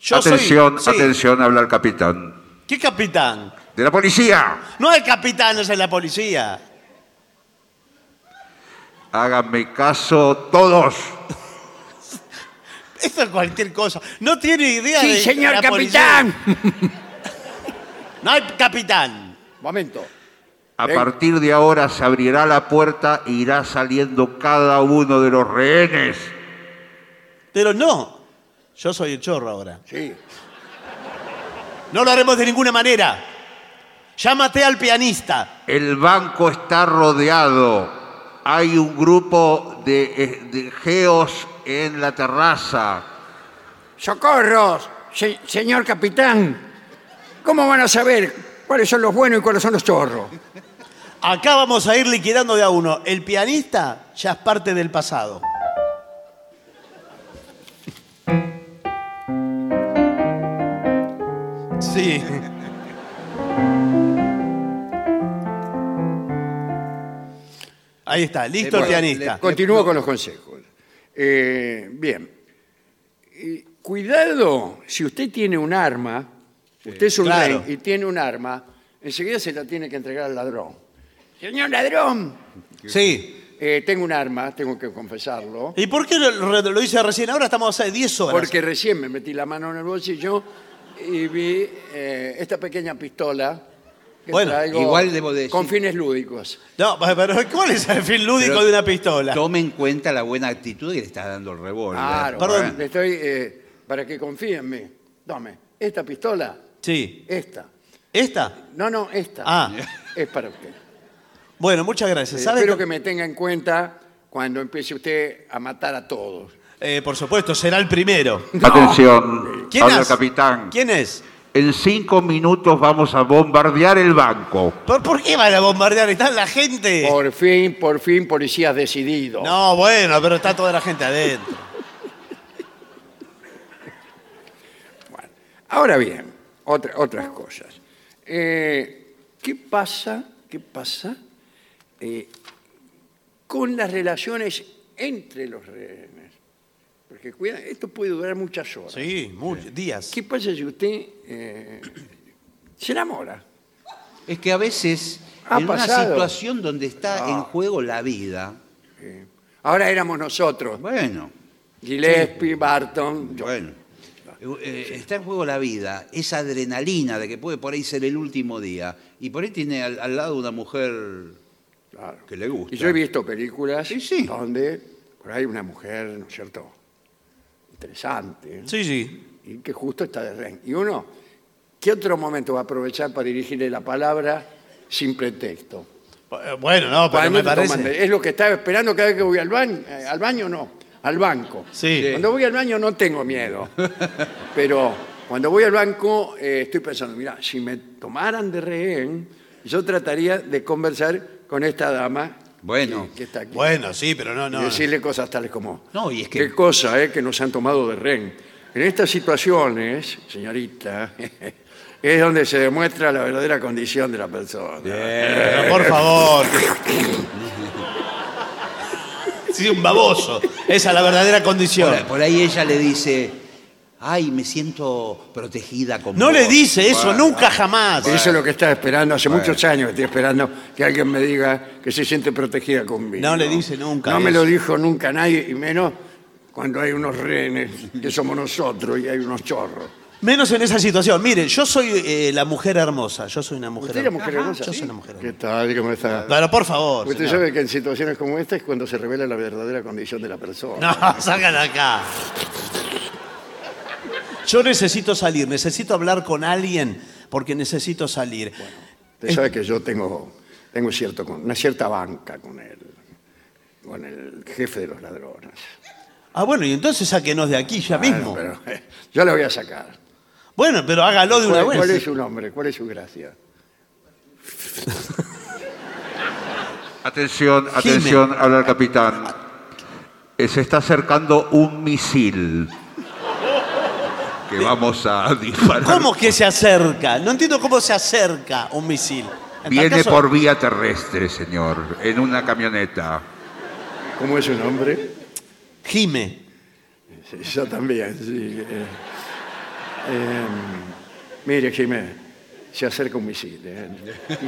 Speaker 3: Yo soy-
Speaker 5: atención,
Speaker 3: sí.
Speaker 5: atención, habla el capitán.
Speaker 3: ¿Qué capitán?
Speaker 5: De la policía.
Speaker 3: No hay capitanes en la policía.
Speaker 5: Háganme caso todos.
Speaker 3: Esto es cualquier cosa. No tiene idea de
Speaker 2: Sí, señor
Speaker 3: la
Speaker 2: capitán.
Speaker 3: policía. No hay capitán.
Speaker 2: Momento.
Speaker 5: A
Speaker 2: Ven.
Speaker 5: partir de ahora se abrirá la puerta e irá saliendo cada uno de los rehenes.
Speaker 3: Pero no. Yo soy el chorro ahora.
Speaker 2: Sí.
Speaker 3: No lo haremos de ninguna manera. Llámate al pianista.
Speaker 5: El banco está rodeado. Hay un grupo de, eh, de geos en la terraza.
Speaker 2: ¡Socorros! se- señor capitán. ¿Cómo van a saber cuáles son los buenos y cuáles son los chorros?
Speaker 3: Acá vamos a ir liquidando de a uno. El pianista ya es parte del pasado. Sí. Ahí está, listo el
Speaker 4: bueno,
Speaker 3: pianista.
Speaker 2: Continúo con los consejos. Eh, bien. Eh, Cuidado, si usted tiene un arma, usted es un
Speaker 3: claro.
Speaker 2: rey y tiene un arma, enseguida se la tiene que entregar al ladrón. Señor ladrón,
Speaker 3: Sí.
Speaker 2: eh, tengo un arma, tengo que confesarlo,
Speaker 3: ¿Y por qué lo, lo hice recién? Ahora estamos hace 10 horas.
Speaker 2: porque recién me metí la mano en el bolsillo y vi eh, esta pequeña pistola que
Speaker 3: Bueno,
Speaker 2: traigo
Speaker 4: igual debo decir-
Speaker 2: con fines lúdicos.
Speaker 3: No, pero ¿cuál es el fin lúdico
Speaker 4: Pero-
Speaker 3: de una pistola?
Speaker 4: Tome en cuenta la buena actitud que le está dando el revólver.
Speaker 2: Claro,
Speaker 3: Perdón.
Speaker 2: le estoy, eh, para que confíe en mí. Tome, esta pistola,
Speaker 3: Sí.
Speaker 2: esta.
Speaker 3: ¿Esta?
Speaker 2: No, no, esta.
Speaker 3: Ah.
Speaker 2: Es para usted.
Speaker 3: Bueno, muchas gracias.
Speaker 2: Eh,
Speaker 3: ¿Sabe
Speaker 2: Espero
Speaker 3: lo-
Speaker 2: que me tenga en cuenta cuando empiece usted a matar a todos.
Speaker 3: Eh, por supuesto, será el primero.
Speaker 5: Atención, habla el capitán.
Speaker 3: ¿Quién es?
Speaker 5: En cinco minutos vamos a bombardear el banco.
Speaker 3: ¿Por, por qué van a bombardear? ¿Está la gente?
Speaker 2: Por fin, por fin, policías decididos.
Speaker 3: No, bueno, pero está toda la gente adentro.
Speaker 2: Ahora bien, otra- otras cosas. Eh, ¿Qué pasa, qué pasa eh, con las relaciones entre los rehenes? Porque cuida, esto puede durar muchas horas.
Speaker 3: Sí, muchos días.
Speaker 2: ¿Qué pasa si usted eh, se enamora?
Speaker 4: Es que a veces,
Speaker 2: Ha
Speaker 4: en
Speaker 2: pasado.
Speaker 4: una situación donde está en juego la vida,
Speaker 2: Ahora éramos nosotros,
Speaker 4: bueno,
Speaker 2: Gillespie, Barton, yo.
Speaker 4: bueno, eh, está en juego la vida, esa adrenalina de que puede por ahí ser el último día, y por ahí tiene al, al lado una mujer
Speaker 2: Claro.
Speaker 4: que le gusta.
Speaker 2: Y yo he visto películas
Speaker 4: Sí, sí.
Speaker 2: donde por ahí una mujer, ¿no es cierto? Interesante.
Speaker 3: Sí, sí.
Speaker 2: Y que justo está de rehén. Y uno, ¿qué otro momento va a aprovechar para dirigirle la palabra sin pretexto?
Speaker 3: Eh, Bueno, no, pero
Speaker 2: Cuando
Speaker 3: me
Speaker 2: te toman
Speaker 3: parece.
Speaker 2: de- Es lo que estaba esperando cada vez que voy al baño. eh, al baño no, al banco.
Speaker 3: Sí. Sí.
Speaker 2: Cuando voy al baño no tengo miedo. Pero cuando voy al banco eh, estoy pensando, mira, si me tomaran de rehén, yo trataría de conversar con esta dama
Speaker 4: Bueno.
Speaker 2: que, que está aquí.
Speaker 3: Bueno, sí, pero no,
Speaker 2: y
Speaker 3: no.
Speaker 2: decirle cosas tales como,
Speaker 4: No, y es que-
Speaker 2: qué cosa eh, que nos han tomado de rehén. En estas situaciones, señorita, es donde se demuestra la verdadera condición de la persona.
Speaker 3: Eh, Pero por favor. Sí, un baboso. Esa es la verdadera
Speaker 4: Por,
Speaker 3: condición.
Speaker 4: por ahí ella le dice, ay, me siento protegida con
Speaker 3: No
Speaker 4: vos".
Speaker 3: le dice eso nunca jamás.
Speaker 2: Eso es lo que estaba esperando, hace muchos años estoy esperando que alguien me diga que se siente protegida conmigo.
Speaker 3: No le dice nunca
Speaker 2: No me
Speaker 3: eso.
Speaker 2: lo dijo nunca nadie, y menos cuando hay unos rehenes, que somos nosotros, y hay unos chorros.
Speaker 3: Menos en esa situación. Mire, yo soy eh, la mujer hermosa. Yo soy una mujer
Speaker 2: ¿Usted es la mujer hermosa?
Speaker 3: Yo soy
Speaker 2: Sí.
Speaker 3: una mujer
Speaker 2: ¿Qué
Speaker 3: hermosa.
Speaker 2: tal? ¿Cómo está?
Speaker 3: Pero por favor.
Speaker 2: Usted
Speaker 3: señor.
Speaker 2: sabe que en situaciones como esta es cuando se revela la verdadera condición de la persona.
Speaker 3: No, sácala acá. Yo necesito salir, necesito hablar con alguien porque necesito salir.
Speaker 2: Usted sabe que yo tengo, tengo cierto, con- una cierta banca con él, con el jefe de los ladrones.
Speaker 3: Ah, bueno, y entonces sáquenos de aquí ya mismo.
Speaker 2: Bueno, pero, eh, yo la voy a sacar.
Speaker 3: Ah, Bueno, pero hágalo de una
Speaker 2: ¿Cuál, cuál es
Speaker 3: vez.
Speaker 2: su nombre? ¿Cuál es su gracia?
Speaker 5: Atención, atención, habla el capitán. Eh, Se está acercando un misil que vamos a disparar.
Speaker 3: ¿Cómo que se acerca? No entiendo cómo se acerca un misil. En tal
Speaker 5: Viene
Speaker 3: caso-
Speaker 5: por vía terrestre, señor, en una camioneta.
Speaker 2: ¿Cómo es su nombre?
Speaker 3: Jime.
Speaker 2: Sí, Yo también, sí. eh. Em, mire, Jiménez, se acerca un misil. eh.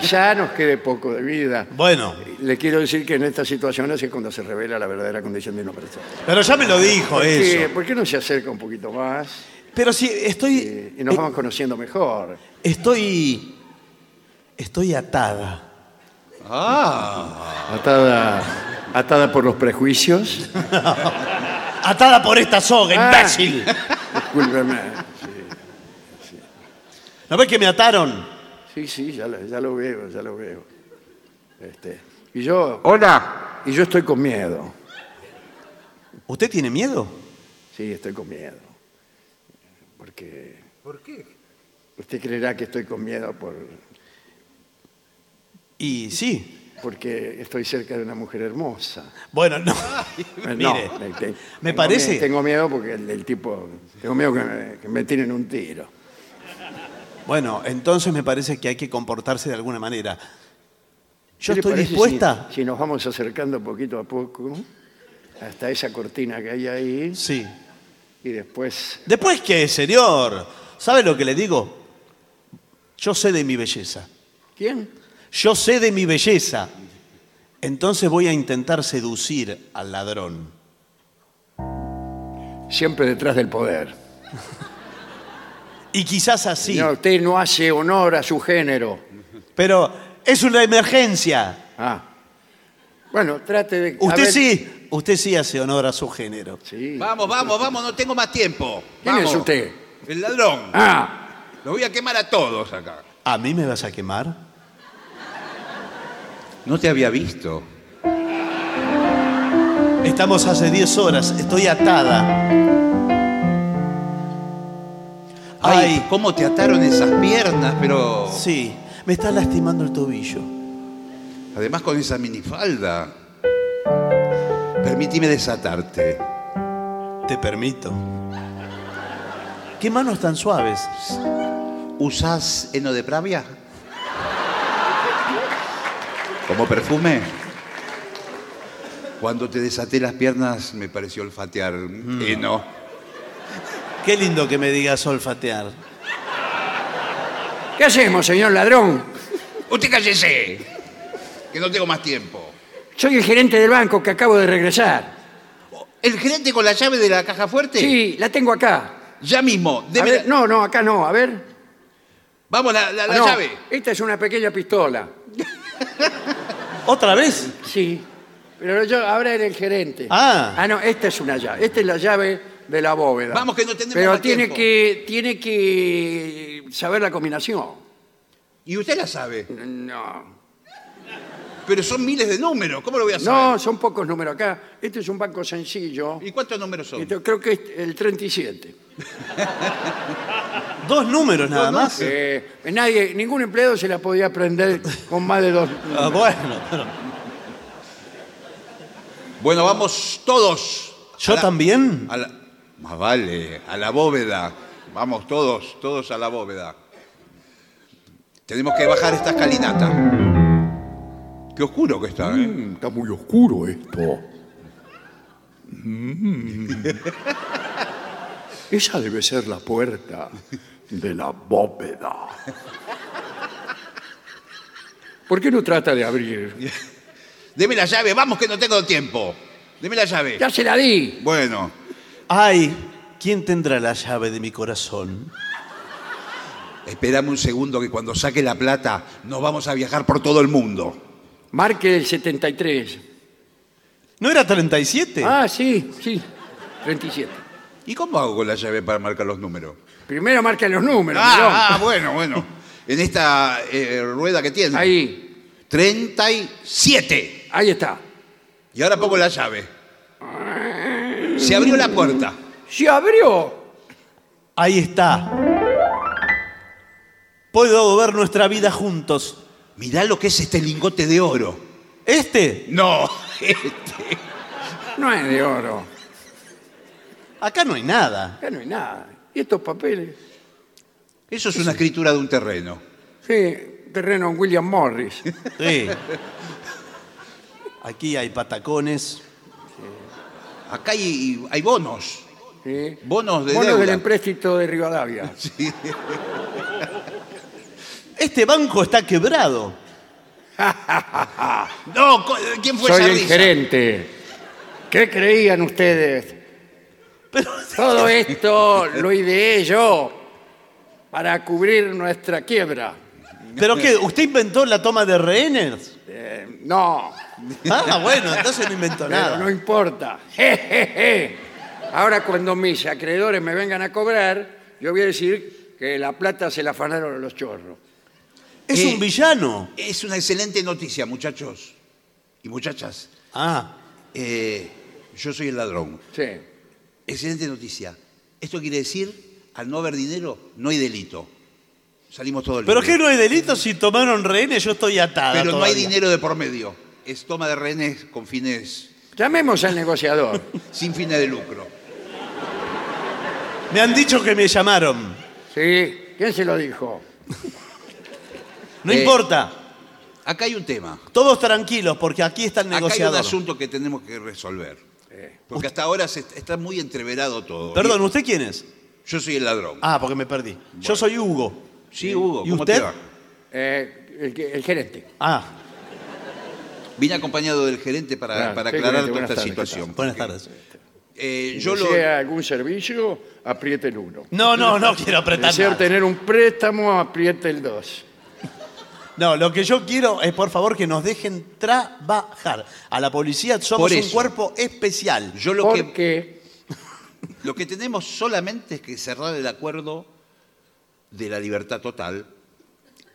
Speaker 2: Quizá nos quede poco de vida.
Speaker 3: Bueno,
Speaker 2: Le quiero decir que en estas situaciones es cuando se revela la verdadera condición de una persona.
Speaker 3: pero ya me lo dijo
Speaker 2: ¿Qué-
Speaker 3: Oh, eso.
Speaker 2: ¿Por qué no se acerca un poquito más
Speaker 3: Pero si
Speaker 2: eh,
Speaker 3: estoy.
Speaker 2: y nos
Speaker 3: eh,
Speaker 2: vamos conociendo mejor?
Speaker 3: Estoy. Estoy atada.
Speaker 2: Atada, atada por los prejuicios.
Speaker 3: Atada por esta soga,
Speaker 2: Ah.
Speaker 3: imbécil.
Speaker 2: Discúlpeme.
Speaker 3: ¿No ves que me ataron?
Speaker 2: Sí, sí, ya lo, ya lo veo, ya lo veo. Este, y, yo,
Speaker 5: Hola,
Speaker 2: y yo estoy con miedo.
Speaker 3: ¿Usted tiene miedo?
Speaker 2: Sí, estoy con miedo. Porque. ¿Por qué? Usted creerá que estoy con miedo por,
Speaker 3: Y sí.
Speaker 2: porque estoy cerca de una mujer hermosa.
Speaker 3: Bueno, no.
Speaker 2: Eh,
Speaker 3: Mire,
Speaker 2: no, eh, te-
Speaker 3: me
Speaker 2: tengo
Speaker 3: parece-
Speaker 2: mie- tengo miedo porque el, el tipo. Tengo miedo que me, que me tiren un tiro.
Speaker 3: Bueno, entonces me parece que hay que comportarse de alguna manera.
Speaker 2: ¿Qué
Speaker 3: Yo
Speaker 2: le
Speaker 3: estoy
Speaker 2: parece
Speaker 3: dispuesta.
Speaker 2: Si, si nos vamos acercando poquito a poco hasta esa cortina que hay ahí
Speaker 3: Sí.
Speaker 2: y después.
Speaker 3: Después qué, señor. ¿Sabe lo que le digo? Yo sé de mi belleza.
Speaker 2: ¿Quién?
Speaker 3: Yo sé de mi belleza. Entonces voy a intentar seducir al ladrón.
Speaker 2: Siempre detrás del poder.
Speaker 3: Y quizás así.
Speaker 2: No, usted no hace honor a su género.
Speaker 3: Pero es una emergencia.
Speaker 2: Ah. Bueno, trate de. a
Speaker 3: Usted
Speaker 2: ver-
Speaker 3: sí, usted sí hace honor a su género.
Speaker 2: Sí.
Speaker 4: Vamos, vamos, vamos, no tengo más tiempo.
Speaker 2: ¿Quién
Speaker 4: Vamos.
Speaker 2: es usted?
Speaker 4: El ladrón.
Speaker 2: Ah.
Speaker 4: Los voy a quemar a todos acá.
Speaker 3: ¿A mí me vas a quemar?
Speaker 4: No te había visto.
Speaker 3: Estamos hace 10 horas, estoy atada.
Speaker 4: Ay,
Speaker 3: Ay,
Speaker 4: cómo te ataron esas piernas, pero
Speaker 3: sí, me está lastimando el tobillo.
Speaker 4: además con esa minifalda. Permíteme desatarte.
Speaker 3: Te permito. Qué manos tan suaves.
Speaker 4: ¿Usás heno de pravia? ¿Como perfume? Cuando te desaté las piernas me pareció olfatear heno.
Speaker 3: Qué lindo que me digas olfatear.
Speaker 2: ¿Qué hacemos, señor ladrón?
Speaker 4: ¡Usted cállese! Que no tengo más tiempo.
Speaker 2: Soy el gerente del banco que acabo de regresar.
Speaker 4: ¿El gerente con la llave de la caja fuerte?
Speaker 2: Sí, la tengo acá.
Speaker 4: Ya mismo.
Speaker 2: A
Speaker 4: deme
Speaker 2: ver,
Speaker 4: la-
Speaker 2: no, no, acá no, a ver.
Speaker 4: Vamos, la, la- la
Speaker 2: Ah, no,
Speaker 4: llave.
Speaker 2: Esta es una pequeña pistola.
Speaker 3: ¿Otra vez?
Speaker 2: Sí. Pero yo ahora era el gerente.
Speaker 3: Ah.
Speaker 2: no, esta es una llave. Esta es la llave de la bóveda.
Speaker 4: Vamos, que no tenemos
Speaker 2: Pero
Speaker 4: más
Speaker 2: tiene
Speaker 4: tiempo.
Speaker 2: que, tiene que saber la combinación.
Speaker 4: Y usted la sabe.
Speaker 2: No.
Speaker 4: Pero son miles de números. ¿Cómo lo voy a
Speaker 2: No,
Speaker 4: saber?
Speaker 2: son pocos números acá. Este es un banco sencillo.
Speaker 4: ¿Y cuántos números son?
Speaker 2: Entonces, creo que es el 37.
Speaker 3: Dos números nada más.
Speaker 2: Eh, nadie, ningún empleado se la podía prender con más de dos.
Speaker 3: Ah, bueno, pero-
Speaker 4: Bueno, vamos todos.
Speaker 3: ¿Yo
Speaker 4: A la-
Speaker 3: también?
Speaker 4: a la- Más vale, a la bóveda. Vamos todos, todos a la bóveda. Tenemos que bajar esta escalinata. Qué oscuro que está, ¿eh?
Speaker 2: Está muy oscuro esto. Mm. Esa debe ser la puerta de la bóveda. ¿Por qué no trata de abrir?
Speaker 4: Deme la llave, vamos que no tengo tiempo. Deme la llave.
Speaker 2: Ya se la di.
Speaker 4: Bueno,
Speaker 3: Ay, ¿quién tendrá la llave de mi corazón?
Speaker 4: Esperame un segundo que cuando saque la plata nos vamos a viajar por todo el mundo.
Speaker 2: Marque el 73.
Speaker 3: ¿No era 37?
Speaker 2: Ah, sí, sí. 37.
Speaker 4: ¿Y cómo hago con la llave para marcar los números?
Speaker 2: Primero marca los números.
Speaker 4: Ah, ah, bueno, bueno. En esta eh, rueda que tiene.
Speaker 2: mirá. Ahí,
Speaker 4: 37.
Speaker 2: ahí está.
Speaker 4: Y ahora pongo la llave. Se abrió la puerta.
Speaker 2: Se abrió.
Speaker 3: Ahí está. Puedo ver nuestra vida juntos.
Speaker 4: Mirá lo que es este lingote de oro.
Speaker 3: Este,
Speaker 4: No, este.
Speaker 2: No es de oro.
Speaker 3: acá no hay nada.
Speaker 2: Acá no hay nada. ¿Y estos papeles?
Speaker 4: Eso es una escritura de un terreno.
Speaker 2: Sí, terreno en William Morris.
Speaker 3: Sí. Aquí hay patacones.
Speaker 4: Acá hay, hay bonos.
Speaker 2: Sí.
Speaker 4: Bonos de
Speaker 2: Bonos
Speaker 4: deuda.
Speaker 2: del empréstito de Rivadavia.
Speaker 3: Este banco está quebrado.
Speaker 4: No, co- ¿quién fue
Speaker 2: Soy
Speaker 4: esa
Speaker 2: el
Speaker 4: risa?
Speaker 2: gerente. ¿Qué creían ustedes? Todo esto lo ideé yo para cubrir nuestra quiebra.
Speaker 3: ¿Pero qué? ¿Usted inventó la toma de rehenes?
Speaker 2: Eh, no,
Speaker 3: Ah, bueno, entonces no inventó
Speaker 2: pero no
Speaker 3: nada.
Speaker 2: importa. Je, je, je. Ahora cuando mis acreedores me vengan a cobrar, yo voy a decir que la plata se la afanaron los chorros.
Speaker 3: Es
Speaker 4: Eh.
Speaker 3: un villano.
Speaker 4: Es una excelente noticia, muchachos y muchachas.
Speaker 3: Ah,
Speaker 4: Eh, yo soy el ladrón.
Speaker 2: Sí.
Speaker 4: Excelente noticia. Esto quiere decir, al no haber dinero, no hay delito. Salimos todo el
Speaker 3: pero qué no hay delito si tomaron rehenes, yo estoy atada.
Speaker 4: Pero no hay
Speaker 3: todavía.
Speaker 4: dinero de por medio. Es toma de rehenes con fines,
Speaker 2: Llamemos al negociador.
Speaker 4: sin fines de lucro.
Speaker 3: Me han dicho que me llamaron.
Speaker 2: Sí. ¿Quién se lo dijo?
Speaker 3: No
Speaker 4: Eh.
Speaker 3: importa.
Speaker 4: Acá hay un tema.
Speaker 3: Todos tranquilos, porque aquí está el
Speaker 4: Acá hay un
Speaker 3: negociador.
Speaker 4: asunto que tenemos que resolver.
Speaker 2: Eh.
Speaker 4: Porque hasta ahora se- está muy entreverado todo.
Speaker 3: Perdón, ¿usted quién es?
Speaker 4: Yo soy el ladrón.
Speaker 3: Ah, porque me perdí. Yo soy Hugo.
Speaker 4: sí, Hugo.
Speaker 3: ¿y
Speaker 4: ¿cómo
Speaker 3: usted?
Speaker 4: te va?
Speaker 2: Eh, el, el gerente.
Speaker 3: Ah,
Speaker 4: Vine acompañado del gerente para,
Speaker 2: Claro,
Speaker 4: para
Speaker 2: Ah, sí,
Speaker 4: aclarar
Speaker 2: gerente,
Speaker 4: toda
Speaker 2: buenas
Speaker 4: esta
Speaker 2: tardes, ¿qué
Speaker 4: situación.
Speaker 3: buenas tardes.
Speaker 4: Eh,
Speaker 2: Yo
Speaker 4: yo lo,
Speaker 2: ¿Desea algún servicio? Apriete el uno.
Speaker 3: No, no, no quiero apretar
Speaker 2: ¿Desea
Speaker 3: nada.
Speaker 2: tener un préstamo? Apriete el dos.
Speaker 3: No, lo que yo quiero es, por favor, que nos dejen trabajar. A la policía somos
Speaker 4: Por
Speaker 3: un
Speaker 4: eso.
Speaker 3: cuerpo especial.
Speaker 4: yo lo que
Speaker 2: Porque
Speaker 4: Lo que tenemos solamente es que cerrar el acuerdo de la libertad total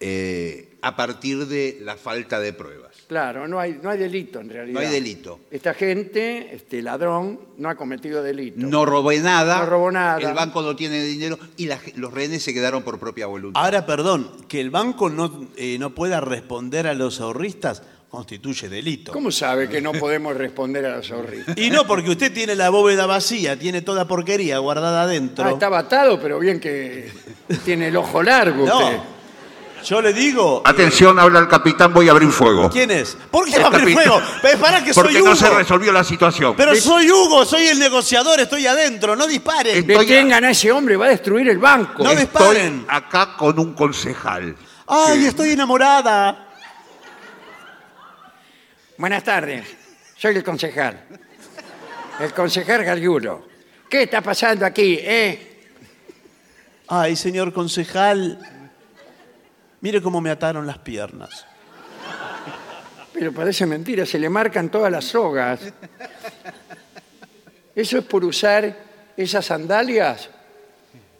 Speaker 4: eh, a partir de la falta de pruebas.
Speaker 2: Claro, no hay, no hay delito en realidad.
Speaker 4: No hay delito.
Speaker 2: Esta gente, este ladrón, no ha cometido delito.
Speaker 4: No robé nada.
Speaker 2: No robó nada.
Speaker 4: El banco no tiene dinero y la ge- los rehenes se quedaron por propia voluntad.
Speaker 3: Ahora, perdón, que el banco no, eh, no pueda responder a los ahorristas constituye delito.
Speaker 2: ¿Cómo sabe que no podemos responder a los ahorristas?
Speaker 3: Y no porque usted tiene la bóveda vacía, tiene toda porquería guardada adentro.
Speaker 2: Ah, estaba atado, pero bien que tiene el ojo largo usted.
Speaker 3: no. Yo le digo.
Speaker 5: Atención, habla el capitán, voy a abrir fuego.
Speaker 3: ¿Quién es? ¿Por qué va a
Speaker 5: El
Speaker 3: abrir
Speaker 5: capitán.
Speaker 3: fuego? Pero pará que soy
Speaker 5: Porque
Speaker 3: Hugo.
Speaker 5: no se resolvió la situación.
Speaker 3: Pero soy Hugo, soy el negociador, estoy adentro, no disparen.
Speaker 5: Estoy-
Speaker 2: Detengan a ese hombre, va a destruir el banco.
Speaker 3: No,
Speaker 5: Estoy
Speaker 3: disparen.
Speaker 5: acá con un concejal.
Speaker 3: Ay, estoy enamorada.
Speaker 2: Buenas tardes, soy el concejal. El concejal Gargulo. ¿Qué está pasando aquí, eh?
Speaker 3: Ay, señor concejal, mire cómo me ataron las piernas.
Speaker 2: Pero parece mentira, se le marcan todas las sogas. ¿Eso es por usar esas sandalias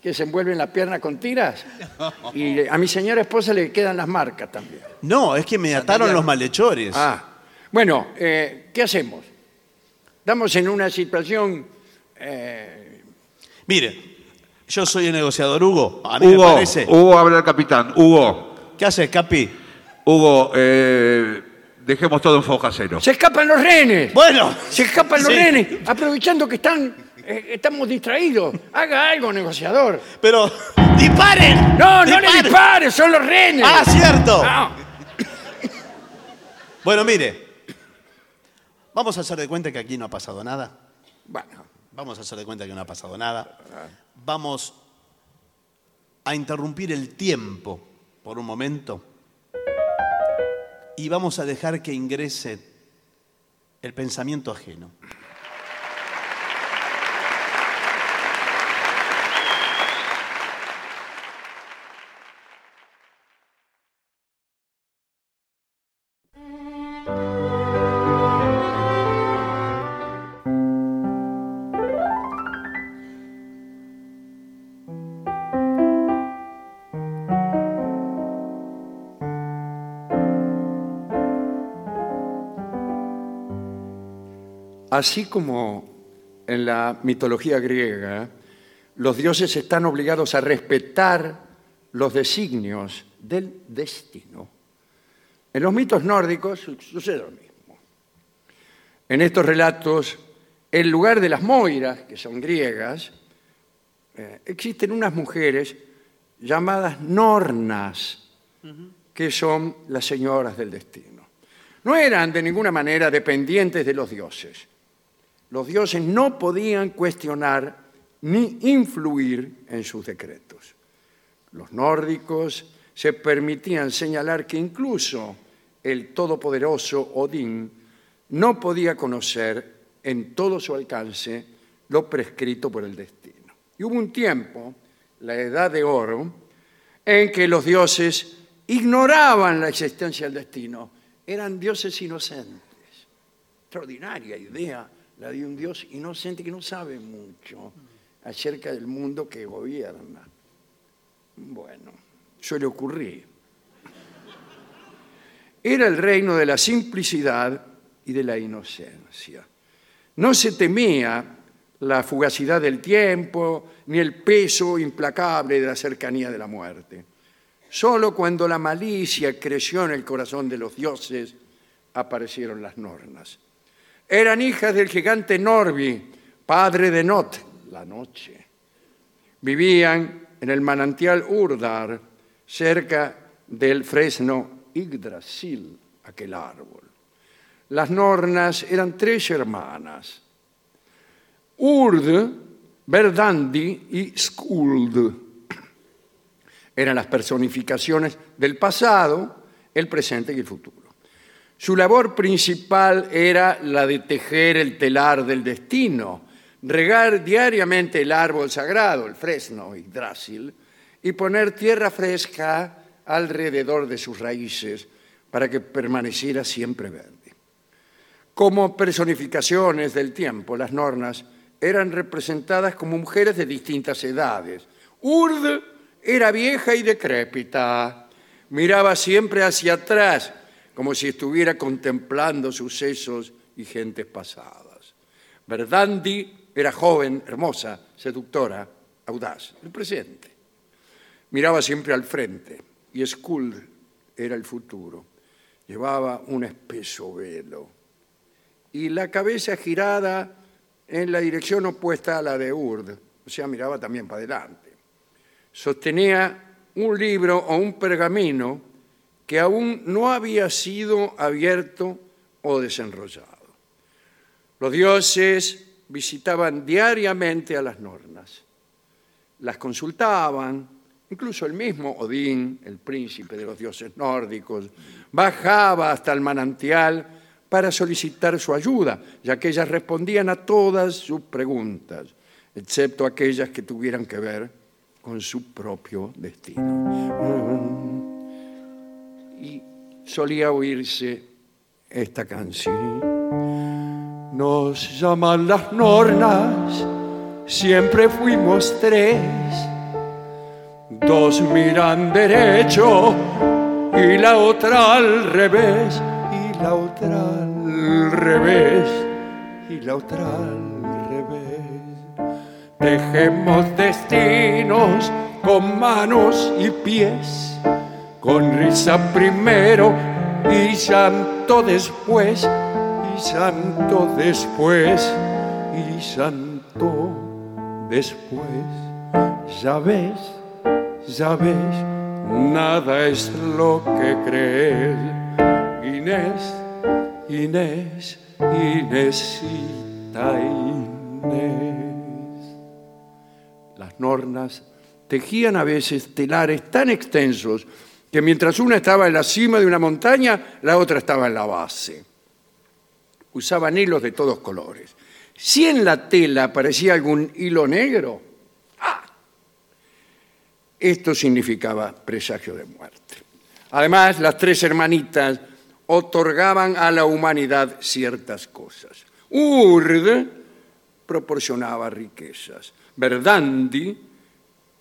Speaker 2: que se envuelven la pierna con tiras? Y le- a mi señora esposa le quedan las marcas también.
Speaker 3: No, es que me ataron los malhechores.
Speaker 2: Ah, bueno, eh, ¿qué hacemos? Estamos en una situación... eh,
Speaker 3: Mire, yo soy el negociador Hugo. A mí me
Speaker 5: Hugo,
Speaker 3: parece.
Speaker 5: Hugo, habla el capitán. Hugo,
Speaker 3: ¿Qué haces, Capi?
Speaker 5: Hugo, eh, dejemos todo en foja cero.
Speaker 2: ¡Se escapan los rehenes!
Speaker 3: Bueno,
Speaker 2: Se escapan los
Speaker 3: Sí.
Speaker 2: rehenes, aprovechando que están, eh, estamos distraídos. Haga algo, negociador.
Speaker 3: pero disparen.
Speaker 2: No, no le
Speaker 3: ¡Disparen!
Speaker 2: dispares, son los rehenes.
Speaker 3: Ah, cierto.
Speaker 2: No.
Speaker 3: Bueno, mire. Vamos a hacer de cuenta que aquí no ha pasado nada.
Speaker 2: Bueno,
Speaker 3: Vamos a hacer de cuenta que no ha pasado nada. Vamos a interrumpir el tiempo por un momento y vamos a dejar que ingrese el pensamiento ajeno.
Speaker 2: Así como en la mitología griega, los dioses están obligados a respetar los designios del destino. En los mitos nórdicos su- sucede lo mismo. En estos relatos, el lugar de las moiras, que son griegas, eh, existen unas mujeres llamadas nornas, que son las señoras del destino. No eran de ninguna manera dependientes de los dioses. Los dioses no podían cuestionar ni influir en sus decretos. Los nórdicos se permitían señalar que incluso el todopoderoso Odín no podía conocer en todo su alcance lo prescrito por el destino. Y hubo un tiempo, la Edad de Oro, en que los dioses ignoraban la existencia del destino. Eran dioses inocentes extraordinaria idea la de un Dios inocente que no sabe mucho acerca del mundo que gobierna. Bueno, suele ocurrir. Era el reino de la simplicidad y de la inocencia. No se temía la fugacidad del tiempo ni el peso implacable de la cercanía de la muerte. Solo cuando la malicia creció en el corazón de los dioses aparecieron las nornas eran hijas del gigante Norvi, padre de Not, la noche. Vivían en el manantial Urdar, cerca del fresno Yggdrasil, aquel árbol. Las nornas eran tres hermanas, Urd, Verdandi y Skuld. Eran las personificaciones del pasado, el presente y el futuro. Su labor principal era la de tejer el telar del destino, regar diariamente el árbol sagrado, el fresno y drásil, y poner tierra fresca alrededor de sus raíces para que permaneciera siempre verde. Como personificaciones del tiempo, las nornas eran representadas como mujeres de distintas edades. Urd era vieja y decrépita. Miraba siempre hacia atrás, como si estuviera contemplando sucesos y gentes pasadas. Verdandi era joven, hermosa, seductora, audaz, el presente. Miraba siempre al frente y Skull era el futuro. Llevaba un espeso velo y la cabeza girada en la dirección opuesta a la de Urd, o sea, miraba también para adelante. Sostenía un libro o un pergamino que aún no había sido abierto o desenrollado. Los dioses visitaban diariamente a las nornas, las consultaban, incluso el mismo Odín, el príncipe de los dioses nórdicos, bajaba hasta el manantial para solicitar su ayuda, ya que ellas respondían a todas sus preguntas, excepto aquellas que tuvieran que ver con su propio destino. Y solía oírse esta canción. Nos llaman las nornas, siempre fuimos tres. Dos miran derecho y la otra al revés, y la otra al revés, y la otra al revés. Tejemos destinos con manos y pies, con risa primero y llanto después, y llanto después, y llanto después. Ya ves, ya ves, nada es lo que crees. Inés, Inés, Inésita, Inés. Las nornas tejían a veces telares tan extensos que mientras una estaba en la cima de una montaña, la otra estaba en la base. Usaban hilos de todos colores. Si en la tela aparecía algún hilo negro, ¡ah! esto significaba presagio de muerte. Además, las tres hermanitas otorgaban a la humanidad ciertas cosas. Urd proporcionaba riquezas. Verdandi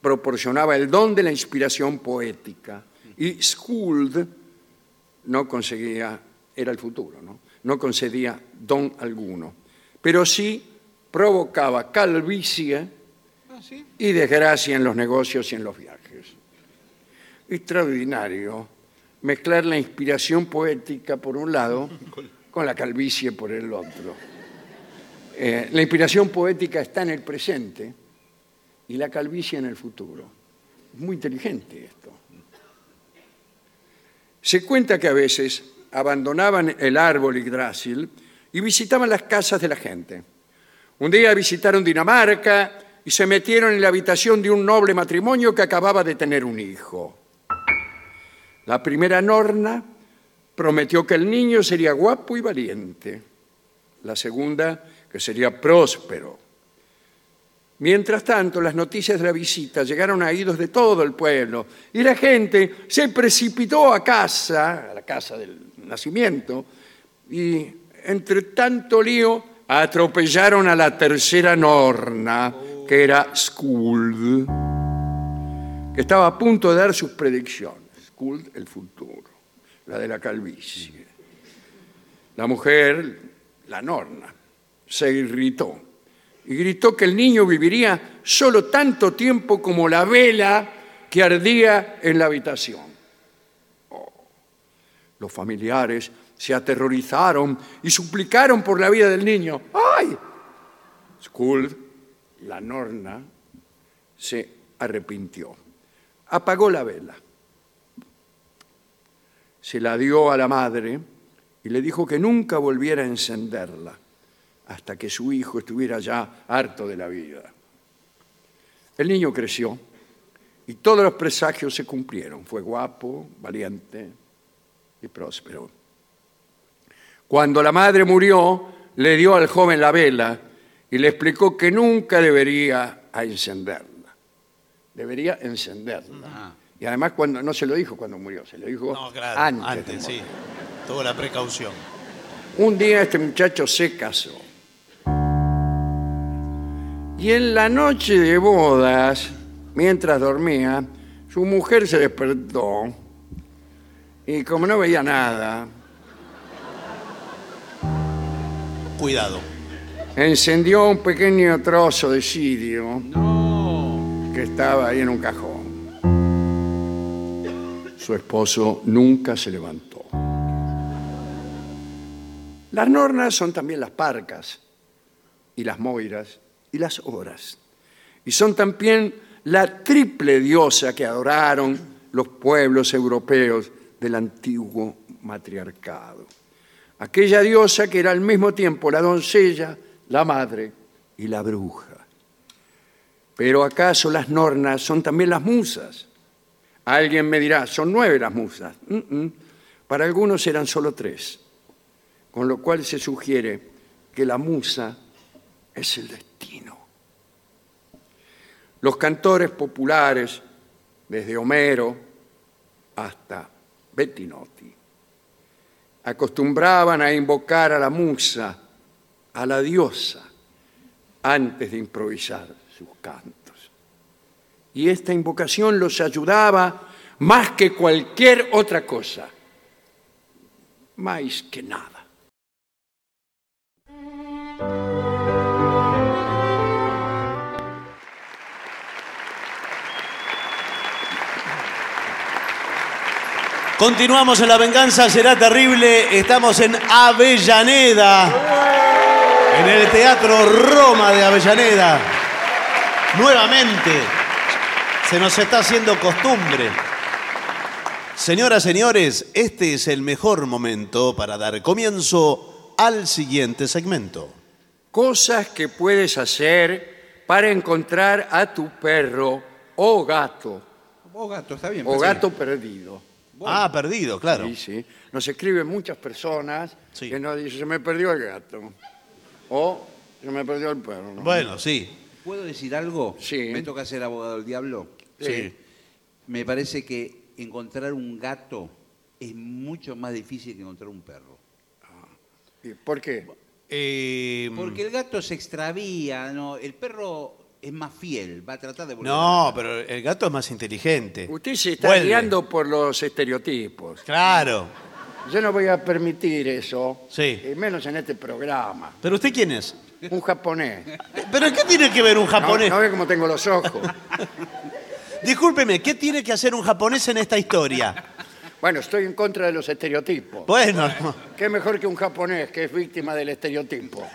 Speaker 2: proporcionaba el don de la inspiración poética. Y Skuld no conseguía, era el futuro, ¿no? No concedía don alguno, pero sí provocaba calvicie
Speaker 4: Ah, sí.
Speaker 2: y desgracia en los negocios y en los viajes. Extraordinario mezclar la inspiración poética por un lado con la calvicie por el otro. Eh, la inspiración poética está en el presente y la calvicie en el futuro. Muy inteligente esto. Se cuenta que a veces abandonaban el árbol Yggdrasil y visitaban las casas de la gente. Un día visitaron Dinamarca y se metieron en la habitación de un noble matrimonio que acababa de tener un hijo. La primera Norna prometió que el niño sería guapo y valiente. La segunda, que sería próspero. Mientras tanto, las noticias de la visita llegaron a oídos de todo el pueblo y la gente se precipitó a casa, a la casa del nacimiento, y entre tanto lío atropellaron a la tercera Norna, que era Skuld, que estaba a punto de dar sus predicciones. Skuld, el futuro, la de la calvicie. La mujer, la Norna, se irritó y gritó que el niño viviría solo tanto tiempo como la vela que ardía en la habitación. Oh. Los familiares se aterrorizaron y suplicaron por la vida del niño. ¡Ay! Skuld, la norna, se arrepintió. Apagó la vela. Se la dio a la madre y le dijo que nunca volviera a encenderla hasta que su hijo estuviera ya harto de la vida. El niño creció y todos los presagios se cumplieron. Fue guapo, valiente y próspero. Cuando la madre murió, le dio al joven la vela y le explicó que nunca debería a encenderla. Debería encenderla.
Speaker 4: Ah.
Speaker 2: Y además cuando no se lo dijo cuando murió, se lo dijo
Speaker 3: No, claro.
Speaker 2: Oh. antes.
Speaker 3: Antes,
Speaker 2: de morir.
Speaker 3: sí. Tuvo la precaución.
Speaker 2: Un día este muchacho se casó. Y en la noche de bodas, mientras dormía, su mujer se despertó y como no veía nada,
Speaker 3: Cuidado.
Speaker 2: encendió un pequeño trozo de cirio que estaba ahí en un cajón. Su esposo nunca se levantó. Las nornas son también las parcas y las moiras y las horas. Y son también la triple diosa que adoraron los pueblos europeos del antiguo matriarcado. Aquella diosa que era al mismo tiempo la doncella, la madre y la bruja. Pero acaso las nornas son también las musas. Alguien me dirá, son nueve las musas. Mm, mm. Para algunos eran solo tres, con lo cual se sugiere que la musa es el destino. Los cantores populares, desde Homero hasta Bettinotti, acostumbraban a invocar a la musa, a la diosa, antes de improvisar sus cantos. Y esta invocación los ayudaba más que cualquier otra cosa, más que nada.
Speaker 3: Continuamos en La Venganza Será Terrible. Estamos en Avellaneda. En el Teatro Roma de Avellaneda. Nuevamente. Se nos está haciendo costumbre. Señoras, señores, este es el mejor momento para dar comienzo al siguiente segmento.
Speaker 2: Cosas que puedes hacer para encontrar a tu perro o gato,
Speaker 4: Vos gato, está bien.
Speaker 2: o
Speaker 4: pensé.
Speaker 2: gato perdido.
Speaker 3: Ah, perdido, claro.
Speaker 2: Sí, sí. Nos escriben muchas personas
Speaker 3: Sí.
Speaker 2: que nos dicen, se me perdió el gato. O se me perdió el perro.
Speaker 3: Bueno, sí.
Speaker 4: ¿Puedo decir algo?
Speaker 2: Sí.
Speaker 4: Me toca ser abogado del diablo.
Speaker 2: Sí.
Speaker 4: Me parece que encontrar un gato es mucho más difícil que encontrar un perro.
Speaker 2: ¿Y ¿Por qué? Mm.
Speaker 3: Eh,
Speaker 4: Porque el gato se extravía, ¿no? El perro es más fiel, va a tratar de volver.
Speaker 3: no, pero el gato es más inteligente.
Speaker 2: Usted se está
Speaker 3: Vuelve.
Speaker 2: guiando por los estereotipos.
Speaker 3: Claro.
Speaker 2: Yo no voy a permitir eso.
Speaker 3: Sí.
Speaker 2: Y menos en este programa.
Speaker 3: ¿Pero usted quién es?
Speaker 2: un japonés.
Speaker 3: ¿Pero qué tiene que ver un
Speaker 2: No,
Speaker 3: japonés?
Speaker 2: no ve cómo tengo los ojos.
Speaker 3: Discúlpeme, ¿qué tiene que hacer un japonés en esta historia?
Speaker 2: Bueno, estoy en contra de los estereotipos.
Speaker 3: Bueno, no.
Speaker 2: ¿Qué mejor que un japonés que es víctima del estereotipo?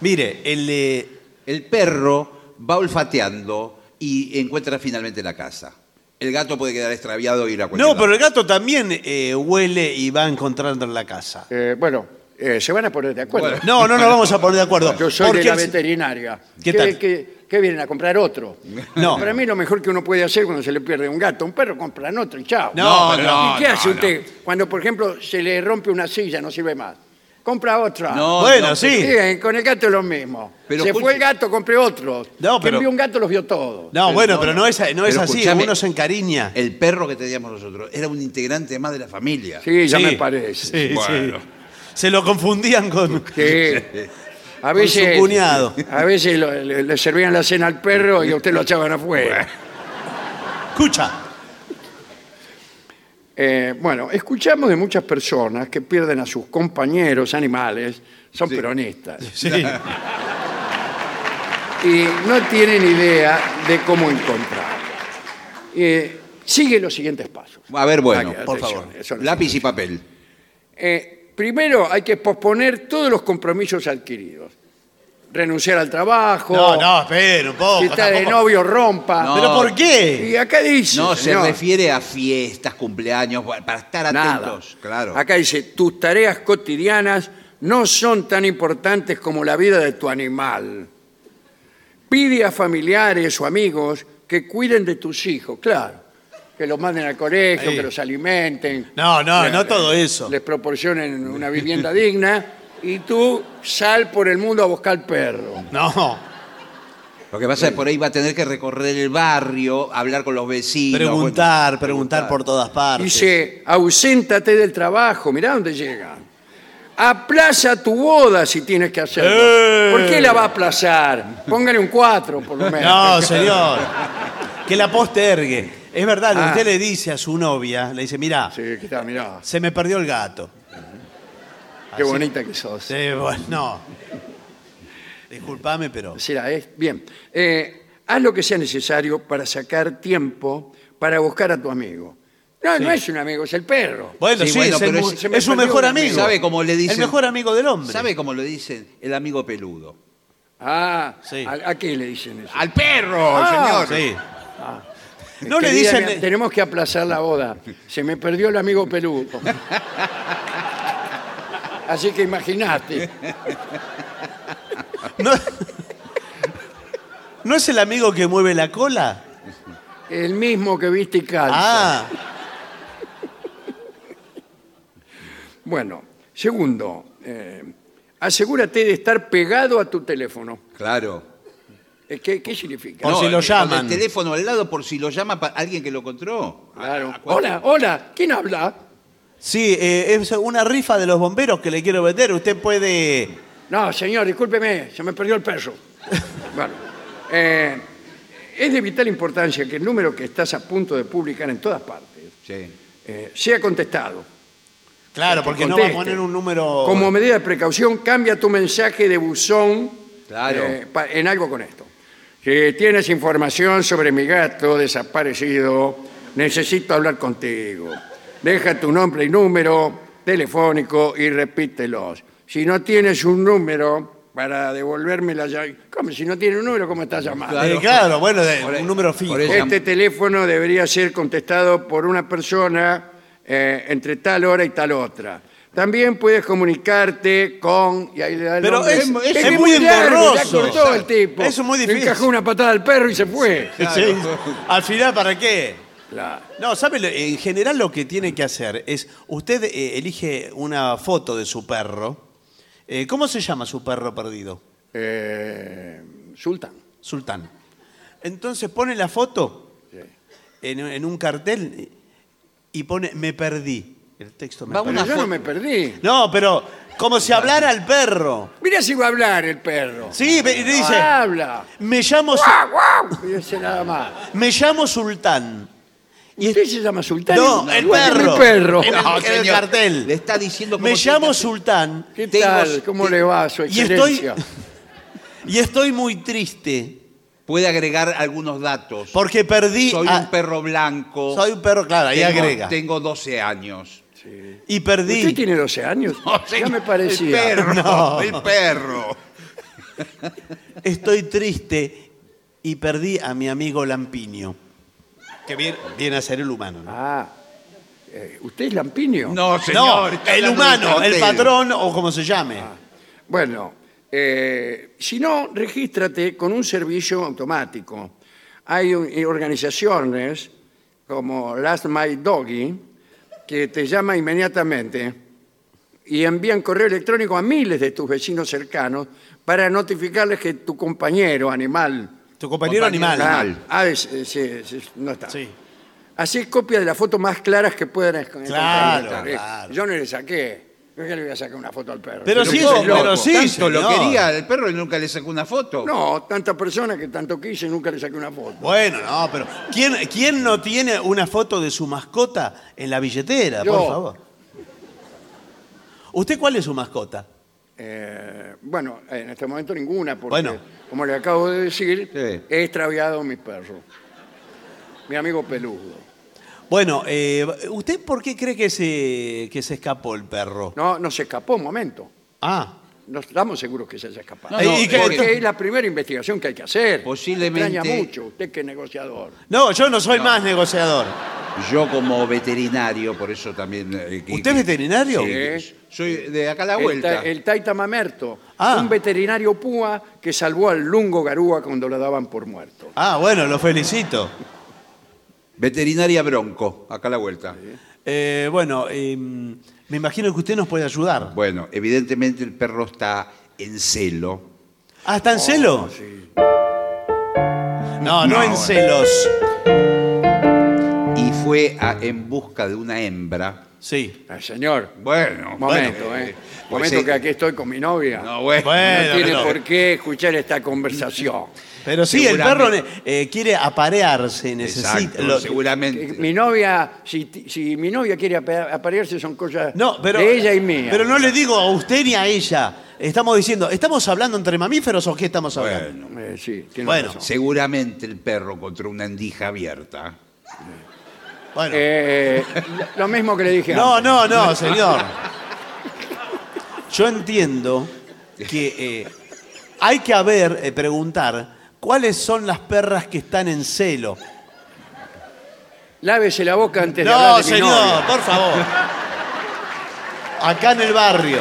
Speaker 3: mire, el, eh,
Speaker 4: El perro va olfateando y encuentra finalmente la casa. El gato puede quedar extraviado y ir a cualquier
Speaker 3: no,
Speaker 4: lado.
Speaker 3: pero el gato también eh, huele y va encontrando en la casa.
Speaker 2: Eh, bueno, eh, se van a poner de acuerdo.
Speaker 3: No, no nos vamos a poner de acuerdo.
Speaker 2: Yo soy
Speaker 3: porque
Speaker 2: de la
Speaker 3: el-
Speaker 2: veterinaria.
Speaker 3: ¿Qué tal?
Speaker 2: qué- qué vienen a comprar otro?
Speaker 3: No.
Speaker 2: Para mí lo mejor que uno puede hacer cuando se le pierde un gato, un perro compran otro y chao.
Speaker 3: No, No, no,
Speaker 2: ¿Y qué
Speaker 5: no,
Speaker 2: hace
Speaker 5: no.
Speaker 2: usted cuando, por ejemplo, se le rompe una silla, no sirve más? Compra otra.
Speaker 4: No,
Speaker 3: bueno,
Speaker 4: no,
Speaker 3: sí.
Speaker 2: Bien, con el gato es lo mismo.
Speaker 4: Pero
Speaker 2: se
Speaker 4: escuche-
Speaker 2: fue el gato, compré otro.
Speaker 3: No,
Speaker 2: Quien
Speaker 3: pero-
Speaker 2: vio un gato los vio todos.
Speaker 3: No, bueno, pero no es, no es
Speaker 4: Pero
Speaker 3: así,
Speaker 4: escúchame.
Speaker 3: uno se encariña.
Speaker 2: Eh,
Speaker 4: El perro que teníamos nosotros era un integrante más de la familia.
Speaker 2: Sí, ya
Speaker 3: Sí.
Speaker 2: me parece.
Speaker 3: Sí, sí.
Speaker 5: Bueno.
Speaker 3: Se lo confundían con...
Speaker 2: Sí. A
Speaker 3: Con
Speaker 2: veces,
Speaker 3: su cuñado.
Speaker 2: A veces lo- le, le servían la cena al perro y a usted lo echaban afuera.
Speaker 3: Escucha.
Speaker 2: Eh, bueno, escuchamos de muchas personas que pierden a sus compañeros animales, son peronistas,
Speaker 3: Sí.
Speaker 2: y no tienen idea de cómo encontrarlos. Eh, sigue los siguientes pasos.
Speaker 4: A ver, bueno,
Speaker 2: Aquí,
Speaker 4: por
Speaker 2: Ah, atención,
Speaker 4: favor.
Speaker 2: eso no
Speaker 4: Lápiz y papel.
Speaker 2: Eh, primero hay que posponer todos los compromisos adquiridos. Renunciar al trabajo,
Speaker 3: No, no, espera un poco.
Speaker 2: si está de
Speaker 3: tampoco.
Speaker 2: novio, rompa.
Speaker 4: No.
Speaker 3: ¿Pero por qué?
Speaker 2: Y acá dice...
Speaker 4: No, se
Speaker 2: señor,
Speaker 4: refiere a fiestas, cumpleaños, para estar
Speaker 2: Nada.
Speaker 4: atentos. Claro.
Speaker 2: Acá dice, tus tareas cotidianas no son tan importantes como la vida de tu animal. Pide a familiares o amigos que cuiden de tus hijos, claro. Que los manden al colegio,
Speaker 3: Sí.
Speaker 2: que los alimenten.
Speaker 3: No, no,
Speaker 2: Le-
Speaker 3: no todo eso.
Speaker 2: Les proporcionen una vivienda digna y tú sal por el mundo a buscar perro.
Speaker 3: No,
Speaker 4: Lo que pasa es que por ahí va a tener que recorrer el barrio, hablar con los vecinos.
Speaker 3: preguntar,
Speaker 4: bueno,
Speaker 3: preguntar por todas partes.
Speaker 2: Dice, auséntate del trabajo, mirá dónde llega. Aplaza tu boda si tienes que hacerlo.
Speaker 3: ¡Eh!
Speaker 2: ¿Por qué la va a aplazar? Póngale un 4 por lo menos.
Speaker 3: No, señor. Que la postergue. Es verdad, lo que
Speaker 2: Ah.
Speaker 3: usted le dice a su novia, le dice, mira,
Speaker 2: Sí, que está, mirá.
Speaker 3: se me perdió el gato.
Speaker 2: Qué
Speaker 3: Así.
Speaker 2: bonita que sos.
Speaker 3: Sí, bueno, no. Disculpame, pero...
Speaker 2: Será, ¿eh? Bien. Eh, haz lo que sea necesario para sacar tiempo para buscar a tu amigo. No, no es un amigo, es el perro.
Speaker 3: Bueno, sí,
Speaker 4: Sí, bueno,
Speaker 3: es, el
Speaker 4: pero
Speaker 3: mu-
Speaker 4: es-
Speaker 2: se me
Speaker 3: es su
Speaker 2: perdió
Speaker 3: mejor
Speaker 2: un
Speaker 3: amigo.
Speaker 4: ¿Sabe cómo le dicen?
Speaker 3: El mejor amigo del hombre.
Speaker 4: ¿Sabe cómo lo dicen? El amigo peludo.
Speaker 2: Ah,
Speaker 3: Sí.
Speaker 2: ¿a, a quién le dicen eso?
Speaker 4: ¡Al perro,
Speaker 2: Ah,
Speaker 4: señor!
Speaker 3: Sí. No le
Speaker 2: Eh, Querida,
Speaker 3: dicen...
Speaker 2: mira, Tenemos que aplazar la boda. Se me perdió el amigo peludo. Así que imagínate.
Speaker 3: No, ¿No es el amigo que mueve la cola?
Speaker 2: El mismo que viste y calza.
Speaker 3: Ah,
Speaker 2: Bueno, segundo, eh, asegúrate de estar pegado a tu teléfono.
Speaker 4: Claro.
Speaker 2: Eh, ¿Qué, qué significa?
Speaker 3: Por si lo
Speaker 4: eh,
Speaker 3: llaman.
Speaker 4: con El teléfono al lado por si lo llama pa- alguien que lo encontró.
Speaker 2: Claro.
Speaker 4: ¿A cuál?
Speaker 2: Hola, hola, ¿quién habla?
Speaker 3: sí, eh, es una rifa de los bomberos que le quiero vender. Usted puede...
Speaker 2: No, señor, discúlpeme, se me perdió el perro. Bueno, eh, es de vital importancia que el número que estás a punto de publicar en todas partes
Speaker 4: Sí.
Speaker 2: eh, sea contestado.
Speaker 3: Claro,
Speaker 2: que
Speaker 3: porque no va a
Speaker 2: conteste.
Speaker 3: poner un número...
Speaker 2: Como medida de precaución, cambia tu mensaje de buzón
Speaker 4: Claro.
Speaker 2: eh, pa- en algo con esto. Si tienes información sobre mi gato desaparecido, necesito hablar contigo. Deja tu nombre y número telefónico y repítelos. Si no tienes un número para devolverme la llave... ¿Cómo? Si no tiene un número, ¿cómo estás llamando?
Speaker 3: Eh,
Speaker 4: Claro.
Speaker 3: claro, bueno, de-
Speaker 4: Por e-
Speaker 3: un número fijo.
Speaker 4: por eso-
Speaker 2: Este teléfono debería ser contestado por una persona eh, entre tal hora y tal otra. También puedes comunicarte con... Y ahí le da el
Speaker 3: Pero
Speaker 2: nombre.
Speaker 3: es- es muy
Speaker 2: largo, ya
Speaker 3: engorroso.
Speaker 2: cortó el tipo.
Speaker 3: Eso es muy
Speaker 2: Le
Speaker 3: difícil.
Speaker 2: encajó una patada al perro y se fue.
Speaker 3: Sí. Al final, ¿para qué?
Speaker 2: Claro.
Speaker 3: No, ¿sabe? lo- En general lo que tiene que hacer es, usted eh, elige una foto de su perro. Eh, ¿Cómo se llama su perro perdido?
Speaker 2: Eh, Sultan.
Speaker 3: Sultán. Entonces pone la foto en, en un cartel y pone, me perdí. El texto me
Speaker 4: Va
Speaker 3: perdí.
Speaker 2: Pero
Speaker 4: una
Speaker 2: yo
Speaker 4: foto.
Speaker 2: no me perdí.
Speaker 3: No, pero como si hablara al perro.
Speaker 2: Mirá si va a hablar el perro.
Speaker 3: Sí, ve- y
Speaker 2: No
Speaker 3: dice,
Speaker 2: habla. Ah,
Speaker 3: me llamo, Su-
Speaker 2: ¡Guau, guau! Y dice nada más.
Speaker 3: me llamo Sultán Y
Speaker 2: Usted se llama Sultán.
Speaker 3: No, el
Speaker 2: Igual que mi
Speaker 3: perro. Eh,
Speaker 2: perro.
Speaker 3: En el-
Speaker 4: No,
Speaker 3: en el
Speaker 4: señor,
Speaker 3: cartel.
Speaker 4: Le está diciendo
Speaker 3: Me
Speaker 4: cómo se
Speaker 3: llamo
Speaker 4: llama.
Speaker 3: Sultán
Speaker 2: ¿Qué
Speaker 4: Tengo-
Speaker 2: tal? ¿Cómo le va, su
Speaker 3: y estoy,
Speaker 2: excelencia?
Speaker 3: y estoy muy triste
Speaker 4: Puede agregar algunos datos.
Speaker 3: porque perdí
Speaker 4: soy
Speaker 3: a-
Speaker 4: un perro blanco.
Speaker 3: soy un perro, claro, ahí
Speaker 4: tengo,
Speaker 3: agrega.
Speaker 4: Tengo 12 años.
Speaker 3: Y perdí.
Speaker 2: Usted tiene 12 años. ya
Speaker 4: señor,
Speaker 2: me parecía.
Speaker 4: El perro.
Speaker 3: No.
Speaker 4: El perro.
Speaker 3: Estoy triste y perdí a mi amigo Lampiño. Que viene, viene a ser el humano, ¿no?
Speaker 2: Ah, eh, ¿usted es Lampiño?
Speaker 4: No,
Speaker 3: No,
Speaker 4: señor. está
Speaker 3: el
Speaker 4: hablando de un
Speaker 3: humano, el
Speaker 4: cartel.
Speaker 3: patrón o como se llame.
Speaker 2: Bueno, eh, si no, regístrate con un servicio automático. Hay un- eh, organizaciones como Last My Doggy que te llama inmediatamente y envían correo electrónico a miles de tus vecinos cercanos para notificarles que tu compañero animal
Speaker 3: Tu compañero,
Speaker 4: Compañero
Speaker 3: animal.
Speaker 2: Ah, ah, es- es- es- es- no está.
Speaker 3: Sí.
Speaker 2: Así es copia de las fotos más claras que puedan esc- encontrar.
Speaker 3: Claro,
Speaker 2: Eh,
Speaker 3: claro.
Speaker 2: Yo no le saqué. Yo que le voy a sacar una foto al perro.
Speaker 3: Pero sí,
Speaker 4: ¿cómo,
Speaker 3: pero
Speaker 4: loco?
Speaker 3: sí,
Speaker 4: Tanto lo
Speaker 3: señor.
Speaker 4: quería el perro y nunca le sacó una foto.
Speaker 2: No, tantas personas que tanto quise nunca le saqué una foto.
Speaker 3: Bueno, no, pero ¿quién, quién no tiene una foto de su mascota en la billetera, por
Speaker 2: Yo.
Speaker 3: favor? ¿Usted cuál es su mascota?
Speaker 2: Eh, bueno, en este momento ninguna, porque
Speaker 3: Bueno.
Speaker 2: como le acabo de decir,
Speaker 4: Sí.
Speaker 2: he extraviado a mi perro. Mi amigo peludo.
Speaker 3: Bueno, eh, ¿usted por qué cree que se, que se escapó el perro?
Speaker 2: No, no se escapó, un momento.
Speaker 3: Ah,
Speaker 2: No estamos seguros que se haya escapado.
Speaker 4: No, no,
Speaker 3: ¿Y qué-
Speaker 2: porque
Speaker 4: porque-
Speaker 2: es la primera investigación que hay que hacer.
Speaker 4: Posiblemente-
Speaker 2: Me extraña mucho, usted que es negociador.
Speaker 3: no, yo no soy más negociador.
Speaker 4: Yo como veterinario, por eso también... eh, que-
Speaker 3: ¿Usted es veterinario?
Speaker 4: Sí. Soy de acá a la
Speaker 2: El,
Speaker 4: vuelta.
Speaker 2: ta- el Taita Mamerto,
Speaker 3: Ah.
Speaker 2: un veterinario púa que salvó al Lungo Garúa cuando lo daban por muerto.
Speaker 3: Ah, bueno, lo felicito.
Speaker 4: Veterinaria Bronco, acá a la vuelta.
Speaker 3: Eh, bueno, eh, me imagino que usted nos puede ayudar.
Speaker 4: Bueno, evidentemente el perro está en celo.
Speaker 3: Ah, ¿está en celo? No, no,
Speaker 4: No,
Speaker 3: en
Speaker 4: bueno.
Speaker 3: celos.
Speaker 4: y fue a- en busca de una hembra.
Speaker 3: Sí.
Speaker 2: Ah, señor,
Speaker 4: Bueno,
Speaker 2: un momento,
Speaker 4: bueno,
Speaker 2: eh.
Speaker 4: eh,
Speaker 2: Un
Speaker 4: pues
Speaker 2: momento
Speaker 4: sí.
Speaker 2: que aquí estoy con mi novia.
Speaker 4: No,
Speaker 2: No,
Speaker 4: bueno.
Speaker 3: Bueno,
Speaker 2: tiene
Speaker 3: pero,
Speaker 2: por qué escuchar esta conversación.
Speaker 3: pero sí, el perro
Speaker 4: Seguramente.
Speaker 3: eh, quiere aparearse, necesita.
Speaker 4: Exacto,
Speaker 3: lo-
Speaker 2: Eh,
Speaker 4: seguramente.
Speaker 2: Mi novia, si, ti- si mi novia quiere apa- aparearse son cosas
Speaker 3: no, pero,
Speaker 2: de ella y mía.
Speaker 3: Pero no le digo a usted ni a ella. Estamos diciendo, ¿estamos hablando entre mamíferos o qué estamos hablando?
Speaker 4: Bueno,
Speaker 2: Eh, sí, tiene
Speaker 3: Bueno,
Speaker 2: razón.
Speaker 4: seguramente el perro encontró una endija abierta.
Speaker 3: Bueno.
Speaker 2: Eh, lo- lo mismo que le dije
Speaker 3: no,
Speaker 2: antes.
Speaker 3: no, no, señor. Yo entiendo que eh, hay que haber, eh, preguntar, ¿cuáles son las perras que están en celo?
Speaker 2: Lávese la boca antes de hablar
Speaker 3: No,
Speaker 2: de mi
Speaker 3: señor,
Speaker 2: novia.
Speaker 3: por favor. Acá en el barrio.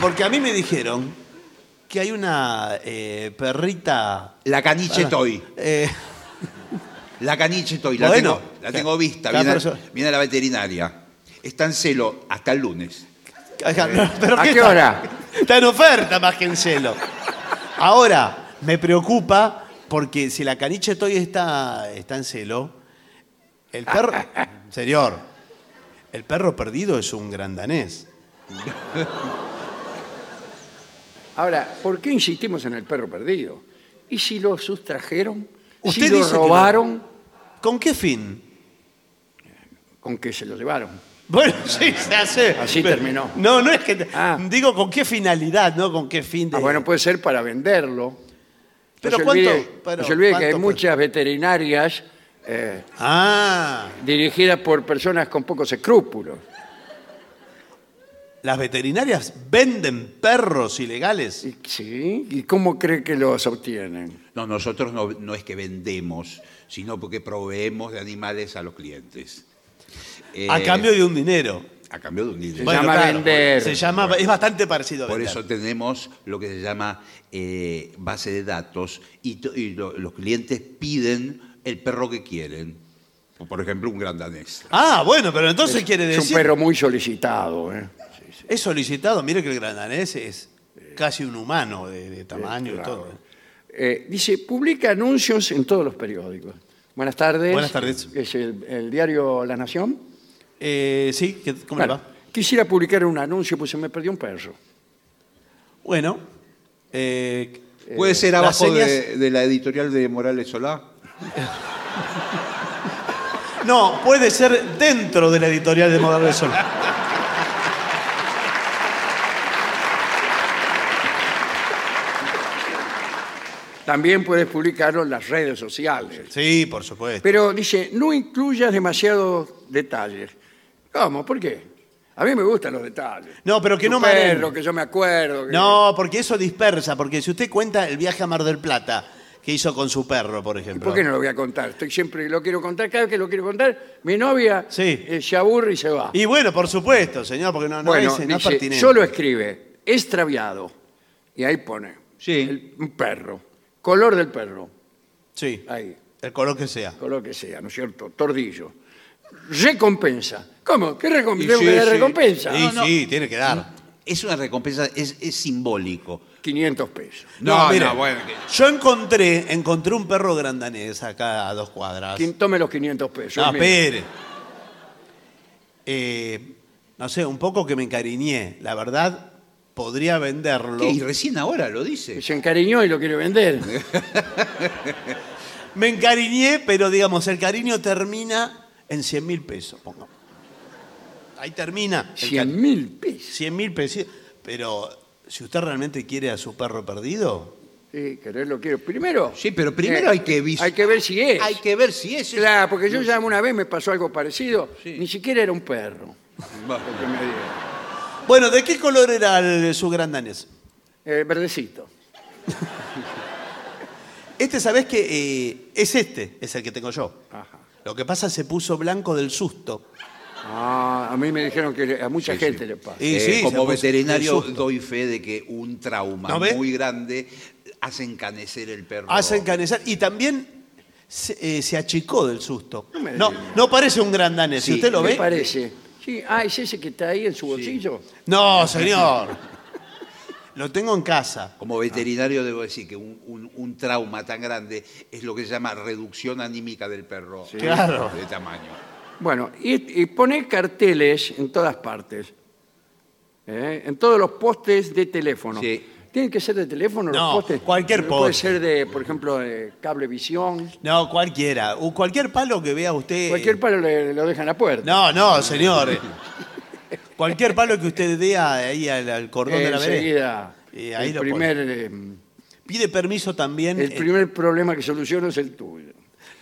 Speaker 3: Porque a mí me dijeron que hay una eh, perrita.
Speaker 4: La caniche toy.
Speaker 3: eh,
Speaker 4: La caniche toy. La,
Speaker 3: Bueno.
Speaker 4: tengo, la tengo vista.
Speaker 3: Cada
Speaker 4: Viene,
Speaker 3: persona-
Speaker 4: viene a la veterinaria. Está en celo hasta el lunes.
Speaker 3: ¿pero
Speaker 2: ¿A qué
Speaker 3: está?
Speaker 2: hora?
Speaker 3: Está en oferta más que en celo. Ahora, me preocupa porque si la caniche toy está, está en celo, el perro. Señor, el perro perdido es un gran danés.
Speaker 2: Ahora, ¿por qué insistimos en el perro perdido? ¿Y si lo sustrajeron?
Speaker 3: Usted
Speaker 2: ¿Si lo
Speaker 3: dice que no.
Speaker 2: robaron?
Speaker 3: ¿Con qué fin?
Speaker 2: ¿Con qué se lo llevaron?
Speaker 3: Bueno, sí, se hace.
Speaker 2: Así
Speaker 3: Pero-
Speaker 2: terminó.
Speaker 3: No, no es que. te-
Speaker 2: Ah.
Speaker 3: Digo, ¿con qué finalidad, no? ¿Con qué fin de.?
Speaker 2: Ah, bueno, puede ser para venderlo. no
Speaker 3: Pero
Speaker 2: se
Speaker 3: ¿cuánto-
Speaker 2: olvide,
Speaker 3: pero
Speaker 2: no se olvide que hay
Speaker 3: cuánto puede-
Speaker 2: muchas veterinarias eh,
Speaker 3: Ah,
Speaker 2: dirigidas por personas con pocos escrúpulos.
Speaker 3: las veterinarias venden perros ilegales.
Speaker 2: Y- ¿Sí? ¿Y cómo cree que los obtienen?
Speaker 4: No, nosotros no, no es que vendemos, sino porque proveemos de animales a los clientes. Eh,
Speaker 3: A cambio de un dinero.
Speaker 4: a cambio de un dinero.
Speaker 2: Bueno, llama vender.
Speaker 3: Se llama, es bastante parecido a
Speaker 4: Por
Speaker 3: vender.
Speaker 4: eso tenemos lo que se llama eh, base de datos y, to- y lo- los clientes piden el perro que quieren. O, Por ejemplo, un gran danés.
Speaker 3: Ah, bueno, pero entonces quiere
Speaker 2: Es un
Speaker 3: decir.
Speaker 2: perro muy solicitado. ¿eh? Sí, sí.
Speaker 3: Es solicitado, mire que el gran danés es casi un humano de, de tamaño y
Speaker 2: claro.
Speaker 3: todo.
Speaker 2: Eh, dice, publica anuncios en todos los periódicos. Buenas tardes.
Speaker 3: Buenas tardes.
Speaker 2: Es el, el diario La Nación.
Speaker 3: Eh, sí, ¿qué- ¿cómo le
Speaker 2: Bueno,
Speaker 3: va?
Speaker 2: quisiera publicar un anuncio, pues se me perdió un perro.
Speaker 3: Bueno, eh,
Speaker 4: Puede ser
Speaker 3: las
Speaker 4: abajo de,
Speaker 3: señas-
Speaker 4: de la editorial de Morales Solá.
Speaker 3: No, puede ser dentro de la editorial de Moda Sol.
Speaker 2: También puedes publicarlo en las redes sociales.
Speaker 3: Sí, por supuesto.
Speaker 2: Pero dice, no incluyas demasiados detalles. ¿Cómo? ¿Por qué? A mí me gustan los detalles.
Speaker 3: No, pero que
Speaker 2: Tu
Speaker 3: no mareen.
Speaker 2: perro, que yo me acuerdo. que-
Speaker 3: No, porque eso dispersa, porque si usted cuenta el viaje a Mar del Plata que hizo con su perro, por ejemplo.
Speaker 2: ¿Por qué no lo voy a contar? Estoy siempre lo quiero contar. Cada vez que lo quiero contar, mi novia
Speaker 3: Sí.
Speaker 2: eh, se aburre y se va.
Speaker 3: Y bueno, por supuesto, señor, porque no, no
Speaker 2: bueno,
Speaker 3: es, no es
Speaker 2: dice,
Speaker 3: pertinente.
Speaker 2: solo escribe extraviado. Y ahí pone
Speaker 4: Sí.
Speaker 2: el- un perro. Color del perro.
Speaker 3: Sí,
Speaker 2: Ahí.
Speaker 3: el color que sea.
Speaker 2: color que sea, ¿no es cierto? Tordillo. Recompensa. ¿Cómo? ¿Qué recom-
Speaker 3: Y
Speaker 2: tengo
Speaker 3: sí,
Speaker 2: que dar
Speaker 3: sí.
Speaker 2: recompensa?
Speaker 3: Y
Speaker 4: No, no.
Speaker 3: sí, tiene que dar.
Speaker 4: Es una recompensa, es, es simbólico.
Speaker 2: 500 pesos.
Speaker 4: No, no,
Speaker 3: mire,
Speaker 4: bueno, que-
Speaker 3: Yo encontré, encontré un perro grandanés acá a dos cuadras.
Speaker 2: Quien tome los 500 pesos.
Speaker 3: No,
Speaker 4: Ah,
Speaker 2: es mío.
Speaker 3: espere. Eh, no sé, un poco que me encariñé. La verdad, podría venderlo.
Speaker 4: ¿Qué? Y recién ahora lo dice.
Speaker 2: Se encariñó y lo quiere vender.
Speaker 3: Me encariñé, pero digamos, el cariño termina en 100 mil pesos. pongamos. Ahí termina.
Speaker 2: 100 mil pesos.
Speaker 3: 100 mil pesos. Pero si usted realmente quiere a su perro perdido,
Speaker 2: Sí, querer lo quiero. Primero. eh,
Speaker 4: Sí, pero primero hay que vis-
Speaker 2: Hay que ver si es.
Speaker 4: Hay que ver si es.
Speaker 2: Claro, porque yo ya una vez me pasó algo parecido.
Speaker 4: Sí.
Speaker 2: Ni siquiera era un perro.
Speaker 4: Bueno,
Speaker 2: que me dieron.
Speaker 3: Bueno, ¿de qué color era el- su gran danés?
Speaker 2: Eh, verdecito.
Speaker 3: Este, ¿sabés que es este, es el que tengo yo.
Speaker 2: Ajá.
Speaker 3: Lo que pasa se puso blanco del susto.
Speaker 2: Ah, a mí me dijeron que le- a mucha gente le pasa.
Speaker 3: Y
Speaker 4: eh,
Speaker 3: sí, se
Speaker 4: como
Speaker 3: puso-
Speaker 4: veterinario
Speaker 3: del susto.
Speaker 4: doy fe de que un trauma
Speaker 3: ¿No ve?
Speaker 4: muy grande hace encanecer el perro.
Speaker 3: Hace encanecer. Y también se, eh, se achicó del susto.
Speaker 2: No me
Speaker 3: No,
Speaker 2: diga.
Speaker 3: no parece un gran danés.
Speaker 4: Sí,
Speaker 3: si usted lo
Speaker 2: ¿Le
Speaker 3: ve.
Speaker 2: parece? Sí. Ah, es ese que está ahí en su bolsillo.
Speaker 3: No, señor. lo tengo en casa.
Speaker 4: Como veterinario debo decir que un, un- un trauma tan grande es lo que se llama reducción anímica del perro
Speaker 3: Claro.
Speaker 4: de tamaño.
Speaker 2: Bueno, y, y pone carteles en todas partes. ¿eh? En todos los postes de teléfono.
Speaker 4: Sí.
Speaker 2: ¿Tienen que ser de teléfono
Speaker 3: No,
Speaker 2: los postes?
Speaker 3: cualquier
Speaker 2: No Puede
Speaker 3: poste.
Speaker 2: ser de, por ejemplo, de cablevisión.
Speaker 3: No, cualquiera. O cualquier palo que vea usted.
Speaker 2: Cualquier palo le, lo dejan a la puerta.
Speaker 3: No, no, señor. cualquier palo que usted vea ahí al, al cordón de la vereda.
Speaker 2: Eh, Enseguida,
Speaker 3: Y ahí
Speaker 2: el,
Speaker 3: lo
Speaker 2: primer, eh,
Speaker 3: Pide permiso también.
Speaker 2: el
Speaker 3: eh,
Speaker 2: primer problema que soluciono es el tuyo.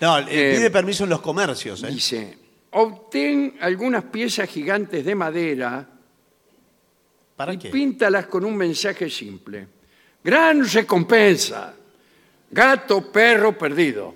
Speaker 3: no, eh,
Speaker 2: eh,
Speaker 3: pide permiso en los comercios. eh.
Speaker 2: Dice, obtén algunas piezas gigantes de madera
Speaker 3: ¿Para
Speaker 2: y
Speaker 3: qué?
Speaker 2: píntalas con un mensaje simple. Gran recompensa. Gato, perro perdido.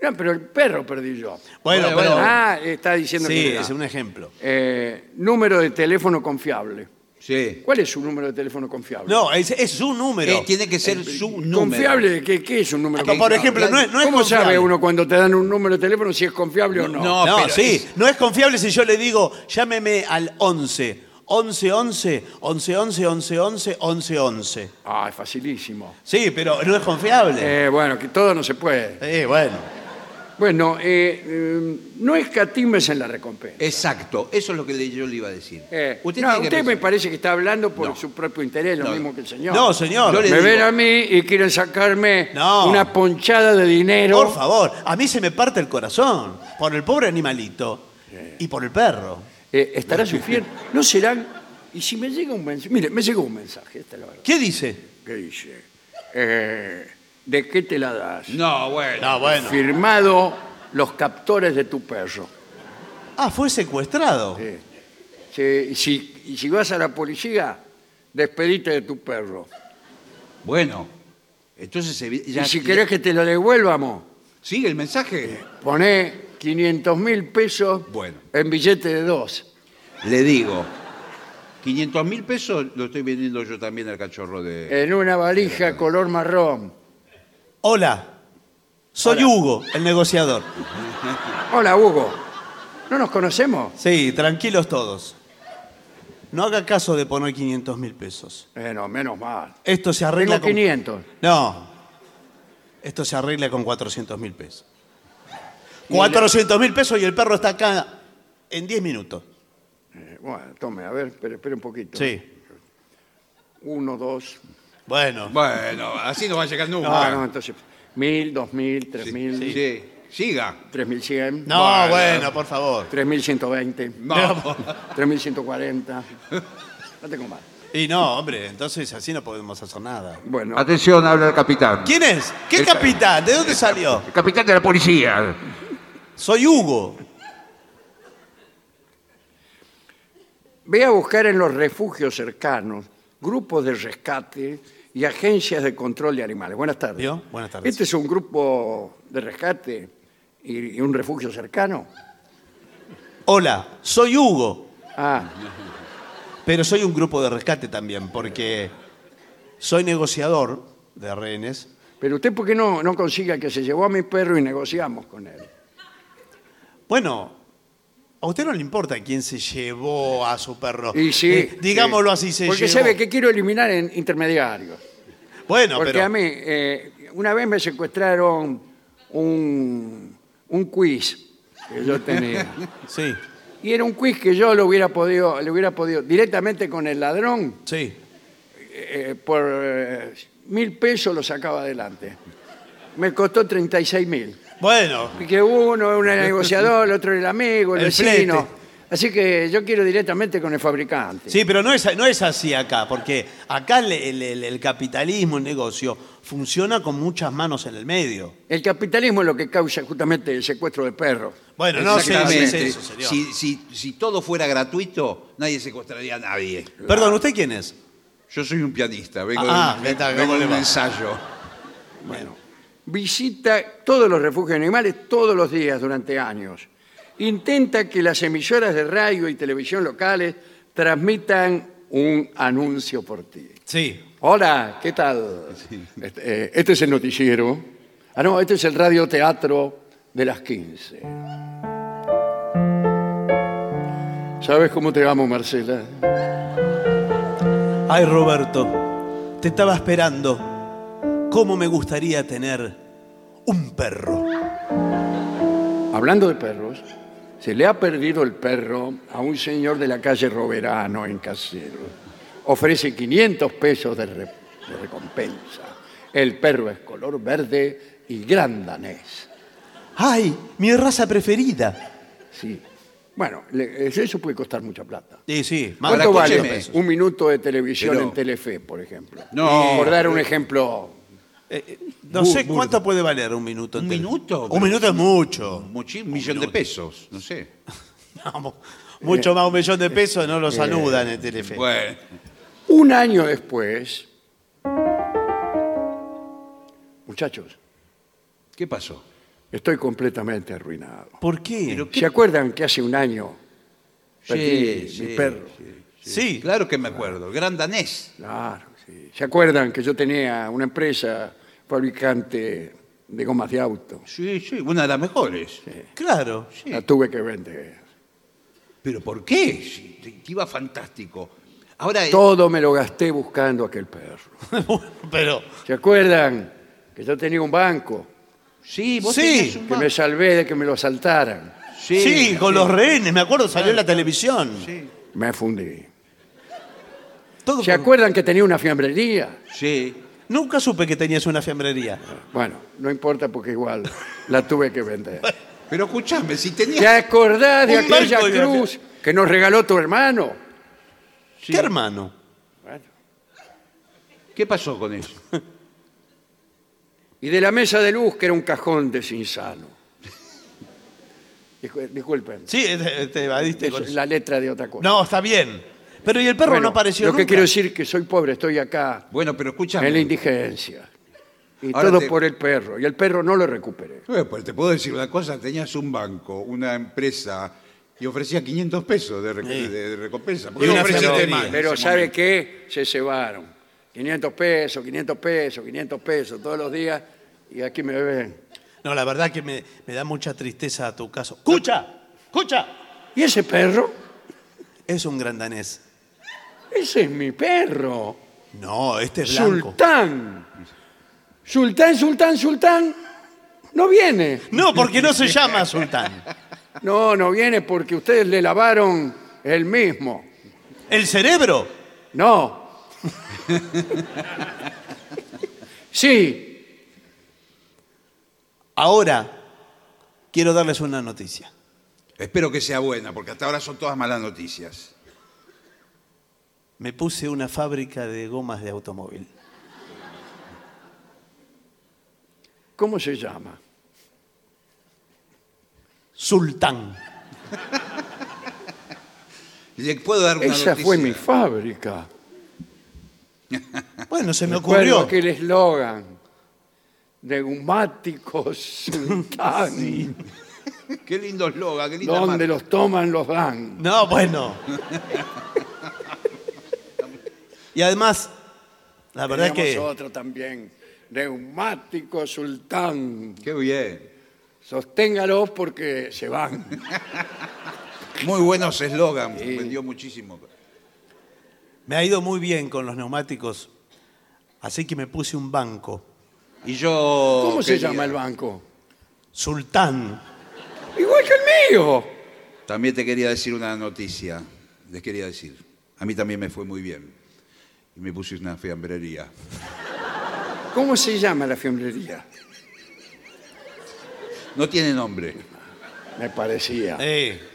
Speaker 2: No, pero el perro perdí yo.
Speaker 3: Bueno, pero-
Speaker 2: Ah, está diciendo
Speaker 3: Sí,
Speaker 2: que era.
Speaker 3: es un ejemplo.
Speaker 2: Eh, número de teléfono confiable.
Speaker 4: Sí.
Speaker 2: ¿Cuál es su número de teléfono confiable?
Speaker 3: No, es, es su número.
Speaker 4: Eh, tiene que ser su número.
Speaker 2: ¿Confiable? ¿Qué, qué es un número
Speaker 3: Ah, Por
Speaker 2: confiable?
Speaker 3: ejemplo, no es- no es
Speaker 2: ¿Cómo
Speaker 3: confiable.
Speaker 2: sabe uno cuando te dan un número de teléfono si es confiable o no?
Speaker 4: No,
Speaker 3: No,
Speaker 4: pero
Speaker 3: sí,
Speaker 4: es-
Speaker 3: no es confiable si yo le digo, llámeme al 11, 11, 11, 11, 11, 11, 11, 11, 11.
Speaker 2: Ah, es facilísimo.
Speaker 3: Sí, pero no es confiable.
Speaker 2: Eh, bueno, que todo no se puede.
Speaker 3: Eh, bueno.
Speaker 2: Bueno, eh, eh, no escatimes en la recompensa.
Speaker 4: Exacto, eso es lo que le- yo le iba a decir.
Speaker 2: Eh,
Speaker 4: usted
Speaker 2: no,
Speaker 4: tiene que
Speaker 2: usted me
Speaker 4: pensar.
Speaker 2: parece que está hablando por
Speaker 4: No.
Speaker 2: su propio interés, lo
Speaker 4: No.
Speaker 2: mismo que el señor.
Speaker 3: No, señor.
Speaker 4: Yo le-
Speaker 2: me
Speaker 4: digo.
Speaker 2: ven a mí y quieren sacarme
Speaker 3: No.
Speaker 2: una ponchada de dinero.
Speaker 3: Por favor, a mí se me parte el corazón por el pobre animalito y por el perro.
Speaker 2: Eh, estará sufriendo. No serán. Y si me llega un mensaje. Mire, me llegó un mensaje, esta es la verdad.
Speaker 3: ¿Qué dice?
Speaker 2: ¿Qué dice? Eh, ¿De qué te la das?
Speaker 4: No, bueno.
Speaker 3: No, bueno.
Speaker 2: Firmado los captores de tu perro.
Speaker 3: Ah, fue secuestrado.
Speaker 2: Sí. Si, si- y si vas a la policía, despedite de tu perro.
Speaker 4: Bueno. Entonces evi- ya-
Speaker 2: y si querés que te lo devuelvamos,
Speaker 4: ¿Sigue el mensaje?
Speaker 2: poné 500 mil pesos
Speaker 4: Bueno.
Speaker 2: en billete de dos.
Speaker 4: Le digo. 500 mil pesos lo estoy vendiendo yo también al cachorro de...
Speaker 2: En una valija color marrón.
Speaker 3: Hola, soy Hugo, el negociador.
Speaker 2: Hola, Hugo. ¿No nos conocemos?
Speaker 3: Sí, tranquilos todos. No haga caso de poner 500 mil pesos.
Speaker 2: Bueno, Eh, menos mal.
Speaker 3: Esto se arregla
Speaker 2: Tengo
Speaker 3: con...
Speaker 2: 500.
Speaker 3: No. Esto se arregla con 400 mil pesos. 400 mil pesos y el perro está acá en 10 minutos.
Speaker 2: Eh, Bueno, tome, a ver, espere, espere un poquito.
Speaker 3: Sí.
Speaker 2: Uno, dos.
Speaker 3: Bueno.
Speaker 4: Bueno, así no va a llegar nunca.
Speaker 2: Ah, no, entonces, mil, dos mil, tres mil.
Speaker 4: Sí. Siga.
Speaker 2: 3100.
Speaker 3: No,
Speaker 4: Bueno.
Speaker 3: bueno, por favor.
Speaker 2: 3120.
Speaker 4: No.
Speaker 2: 3140. No tengo más.
Speaker 3: Y no, hombre, entonces así no podemos hacer nada.
Speaker 2: Bueno,
Speaker 5: Atención, habla el capitán.
Speaker 3: ¿Quién es? ¿Qué
Speaker 5: El-
Speaker 3: capitán? ¿De dónde salió?
Speaker 5: El capitán de la policía.
Speaker 3: Soy Hugo.
Speaker 2: ve a buscar en los refugios cercanos grupos de rescate y agencias de control de animales. Buenas tardes.
Speaker 3: ¿Vio? Buenas tardes.
Speaker 2: Este es un grupo de rescate y y un refugio cercano.
Speaker 3: Hola, soy Hugo.
Speaker 2: Ah,
Speaker 3: Pero soy un grupo de rescate también, porque soy negociador de rehenes.
Speaker 2: pero usted por qué no, no consigue al que se llevó a mi perro y negociamos con él.
Speaker 3: Bueno, a usted no le importa quién se llevó a su perro.
Speaker 2: Y sí.
Speaker 3: Eh, digámoslo
Speaker 2: sí.
Speaker 3: así, se
Speaker 2: Porque
Speaker 3: llevó.
Speaker 2: sabe que quiero eliminar en intermediarios.
Speaker 3: Bueno,
Speaker 2: Porque
Speaker 3: pero...
Speaker 2: a mí, eh, una vez me secuestraron un, un quiz que yo tenía.
Speaker 3: Sí,
Speaker 2: y era un quiz que yo lo hubiera podido, le hubiera podido directamente con el ladrón,
Speaker 3: sí.
Speaker 2: eh, por eh, mil pesos lo sacaba adelante. Me costó 36 mil.
Speaker 3: Bueno,
Speaker 2: Y que uno era el negociador, el otro era el amigo, el,
Speaker 3: El
Speaker 2: vecino.
Speaker 3: flete.
Speaker 2: Así que yo quiero directamente con el fabricante.
Speaker 3: sí, pero no es, no es así acá, porque acá el, el- el- el capitalismo, el negocio, funciona con muchas manos en el medio.
Speaker 2: El capitalismo es lo que causa justamente el secuestro de perros.
Speaker 3: Bueno, no sé si es
Speaker 4: Exactamente.
Speaker 3: eso, señor.
Speaker 4: si, si- si todo fuera gratuito, nadie secuestraría a nadie.
Speaker 3: Perdón, ¿usted quién es?
Speaker 4: Yo soy un pianista, vengo
Speaker 3: Ah,
Speaker 4: de,
Speaker 3: ¿qué tal? ¿Cómo
Speaker 4: vengo de
Speaker 3: le
Speaker 4: un
Speaker 3: va?
Speaker 4: ensayo.
Speaker 2: visita todos los refugios animales todos los días durante años. Intenta que las emisoras de radio y televisión locales transmitan un anuncio por ti.
Speaker 3: Sí.
Speaker 2: Hola, ¿qué tal? Este, eh, este es el noticiero. Ah, no, este es el radioteatro de las 15. ¿Sabes cómo te amo, Marcela?
Speaker 3: Ay, Roberto, te estaba esperando. ¿Cómo me gustaría tener un perro?
Speaker 2: Hablando de perros, se le ha perdido el perro a un señor de la calle Roverano en Casero. Ofrece 500 pesos de, re- de recompensa. El perro es color verde y gran danés.
Speaker 3: ¡Ay, mi raza preferida!
Speaker 2: Sí. Bueno, le- eh, eso puede costar mucha plata.
Speaker 3: Sí, sí. más
Speaker 2: ¿Cuánto
Speaker 3: de
Speaker 2: vale
Speaker 3: 800
Speaker 4: escúcheme.
Speaker 3: pesos.
Speaker 2: un minuto de televisión
Speaker 4: Pero-
Speaker 2: en Telefe, por ejemplo?
Speaker 4: No.
Speaker 2: Por dar un ejemplo.
Speaker 3: Eh, No sé cuánto puede valer un minuto.
Speaker 4: ¿Un
Speaker 3: entero.
Speaker 4: minuto?
Speaker 3: Un minuto es mucho.
Speaker 4: Muchi- un millón de pesos, no sé.
Speaker 3: Vamos, mucho más un millón de pesos no lo saludan en Telefe.
Speaker 4: Bueno,
Speaker 2: Un año después, muchachos,
Speaker 4: ¿qué pasó?
Speaker 2: estoy completamente arruinado.
Speaker 3: ¿Por qué?
Speaker 4: Pero-
Speaker 2: ¿Se acuerdan que hace un año perdí
Speaker 4: Sí,
Speaker 2: mi
Speaker 4: sí,
Speaker 2: perro?
Speaker 3: sí.
Speaker 4: Claro que me acuerdo, el gran danés.
Speaker 2: Claro, sí. ¿Se acuerdan que yo tenía una empresa fabricante de gomas de auto?
Speaker 4: Sí, sí, una de las mejores.
Speaker 3: Claro.
Speaker 2: La tuve que vender.
Speaker 4: ¿Pero por qué? Sí, te- te iba fantástico. Ahora, eh,
Speaker 2: Todo me lo gasté buscando aquel perro.
Speaker 3: Pero.
Speaker 2: ¿Se acuerdan que yo tenía un banco?
Speaker 4: sí, vos
Speaker 3: Sí,
Speaker 4: tenés un
Speaker 2: Que
Speaker 4: ma-
Speaker 2: me salvé de que me lo asaltaran.
Speaker 3: Sí, con los rehenes, me acuerdo, salió en la televisión.
Speaker 4: Sí,
Speaker 2: Me fundí.
Speaker 3: Todo
Speaker 2: ¿Se
Speaker 3: por-
Speaker 2: acuerdan que tenía una fiambrería?
Speaker 4: sí.
Speaker 3: Nunca supe que tenías una fiambrería.
Speaker 2: Bueno, no importa porque igual la tuve que vender.
Speaker 4: Pero escuchame, si
Speaker 2: ¿Te
Speaker 4: tenías...
Speaker 2: acordás de
Speaker 3: Un
Speaker 2: aquella
Speaker 3: banco de
Speaker 2: cruz que nos regaló tu hermano?
Speaker 4: Sí.
Speaker 3: ¿Qué hermano?
Speaker 4: ¿Qué pasó con eso?
Speaker 2: y de la mesa de luz, que era un cajón de Cinsano. Discu- Disculpen,
Speaker 3: Sí, eh, te, te evadiste
Speaker 2: es
Speaker 3: con eso.
Speaker 2: la letra de otra cosa.
Speaker 3: No, está bien. Pero ¿y el perro
Speaker 2: Bueno,
Speaker 3: no apareció
Speaker 2: Lo que
Speaker 3: nunca?
Speaker 2: quiero decir que soy pobre, estoy acá
Speaker 4: Bueno, pero escúchame.
Speaker 2: en la indigencia. Y
Speaker 4: Ahora
Speaker 2: todo
Speaker 4: te-
Speaker 2: por el perro. Y el perro no lo recuperé.
Speaker 4: Eh, pues te puedo decir una cosa, tenías un banco, una empresa y ofrecía 500 pesos de, rec- de- de recompensa. ¿Por qué
Speaker 3: Y
Speaker 4: no este
Speaker 3: una
Speaker 4: ofreciste
Speaker 3: fiambrería.
Speaker 4: más en
Speaker 2: Pero
Speaker 4: ese
Speaker 2: ¿sabe
Speaker 4: momento?
Speaker 2: qué? Se cebaron. 500 pesos, 500 pesos, 500 pesos todos los días. Y aquí me ven.
Speaker 3: No, la verdad que me, me da mucha tristeza a tu caso. ¡Escucha! ¡Escucha!
Speaker 2: ¿Y ese perro?
Speaker 3: Es un gran danés.
Speaker 2: Ese es mi perro.
Speaker 3: No, este es blanco.
Speaker 2: Sultán. Sultán, sultán, sultán. No viene.
Speaker 3: No, porque no se llama Sultán.
Speaker 2: No, no viene porque ustedes le lavaron el mismo.
Speaker 3: ¿El cerebro?
Speaker 2: No. Sí,
Speaker 3: Ahora, quiero darles una noticia.
Speaker 4: Espero que sea buena, porque hasta ahora son todas malas noticias.
Speaker 3: Me puse una fábrica de gomas de automóvil.
Speaker 2: ¿Cómo se llama?
Speaker 3: Sultán.
Speaker 4: ¿Le puedo dar una
Speaker 2: Esa
Speaker 4: noticia?
Speaker 2: fue mi fábrica.
Speaker 3: Bueno, se me
Speaker 2: Recuerdo
Speaker 3: ocurrió.
Speaker 2: aquel eslogan. Neumáticos Sultán.
Speaker 4: Qué lindo eslogan, qué linda
Speaker 2: Donde
Speaker 4: marca.
Speaker 2: los toman, los dan.
Speaker 3: No, bueno. Y además, la verdad es
Speaker 2: Teníamos
Speaker 3: que
Speaker 2: otro también. Neumáticos Sultán.
Speaker 4: Qué bien.
Speaker 2: Sosténgalos porque se van.
Speaker 4: Muy buenos eslogan, vendió muchísimo.
Speaker 3: me ha ido muy bien con los neumáticos, así que me puse un banco.
Speaker 4: Y yo.
Speaker 2: ¿Cómo se
Speaker 4: quería-
Speaker 2: llama el banco?
Speaker 3: Sultán.
Speaker 2: Igual que el mío.
Speaker 4: También te quería decir una noticia. Les quería decir. A mí también me fue muy bien. Y me puse una fiambrería.
Speaker 2: ¿Cómo se llama la fiambrería?
Speaker 4: No tiene nombre.
Speaker 2: Me parecía.
Speaker 3: Eh.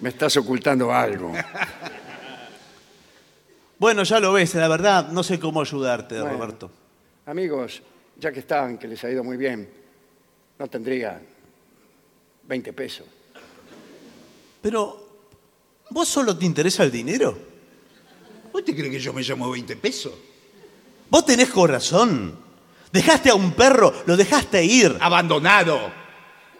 Speaker 2: Me estás ocultando algo.
Speaker 3: Bueno, ya lo ves, la verdad, no sé cómo ayudarte,
Speaker 2: Bueno.
Speaker 3: Roberto.
Speaker 2: Amigos, ya que están, que les ha ido muy bien, no tendría 20 pesos.
Speaker 3: Pero, ¿vos solo te interesa el dinero?
Speaker 4: ¿Vos te crees que yo me llamo 20 pesos?
Speaker 3: ¿Vos tenés corazón? Dejaste a un perro, lo dejaste ir.
Speaker 4: ¡Abandonado!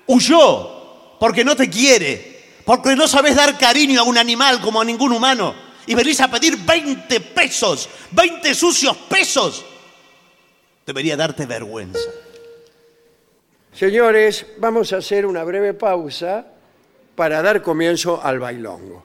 Speaker 3: Huyó porque no te quiere, porque no sabes dar cariño a un animal como a ningún humano. Y venís a pedir 20 pesos, 20 sucios pesos. Debería darte vergüenza.
Speaker 2: Señores, vamos a hacer una breve pausa para dar comienzo al bailongo.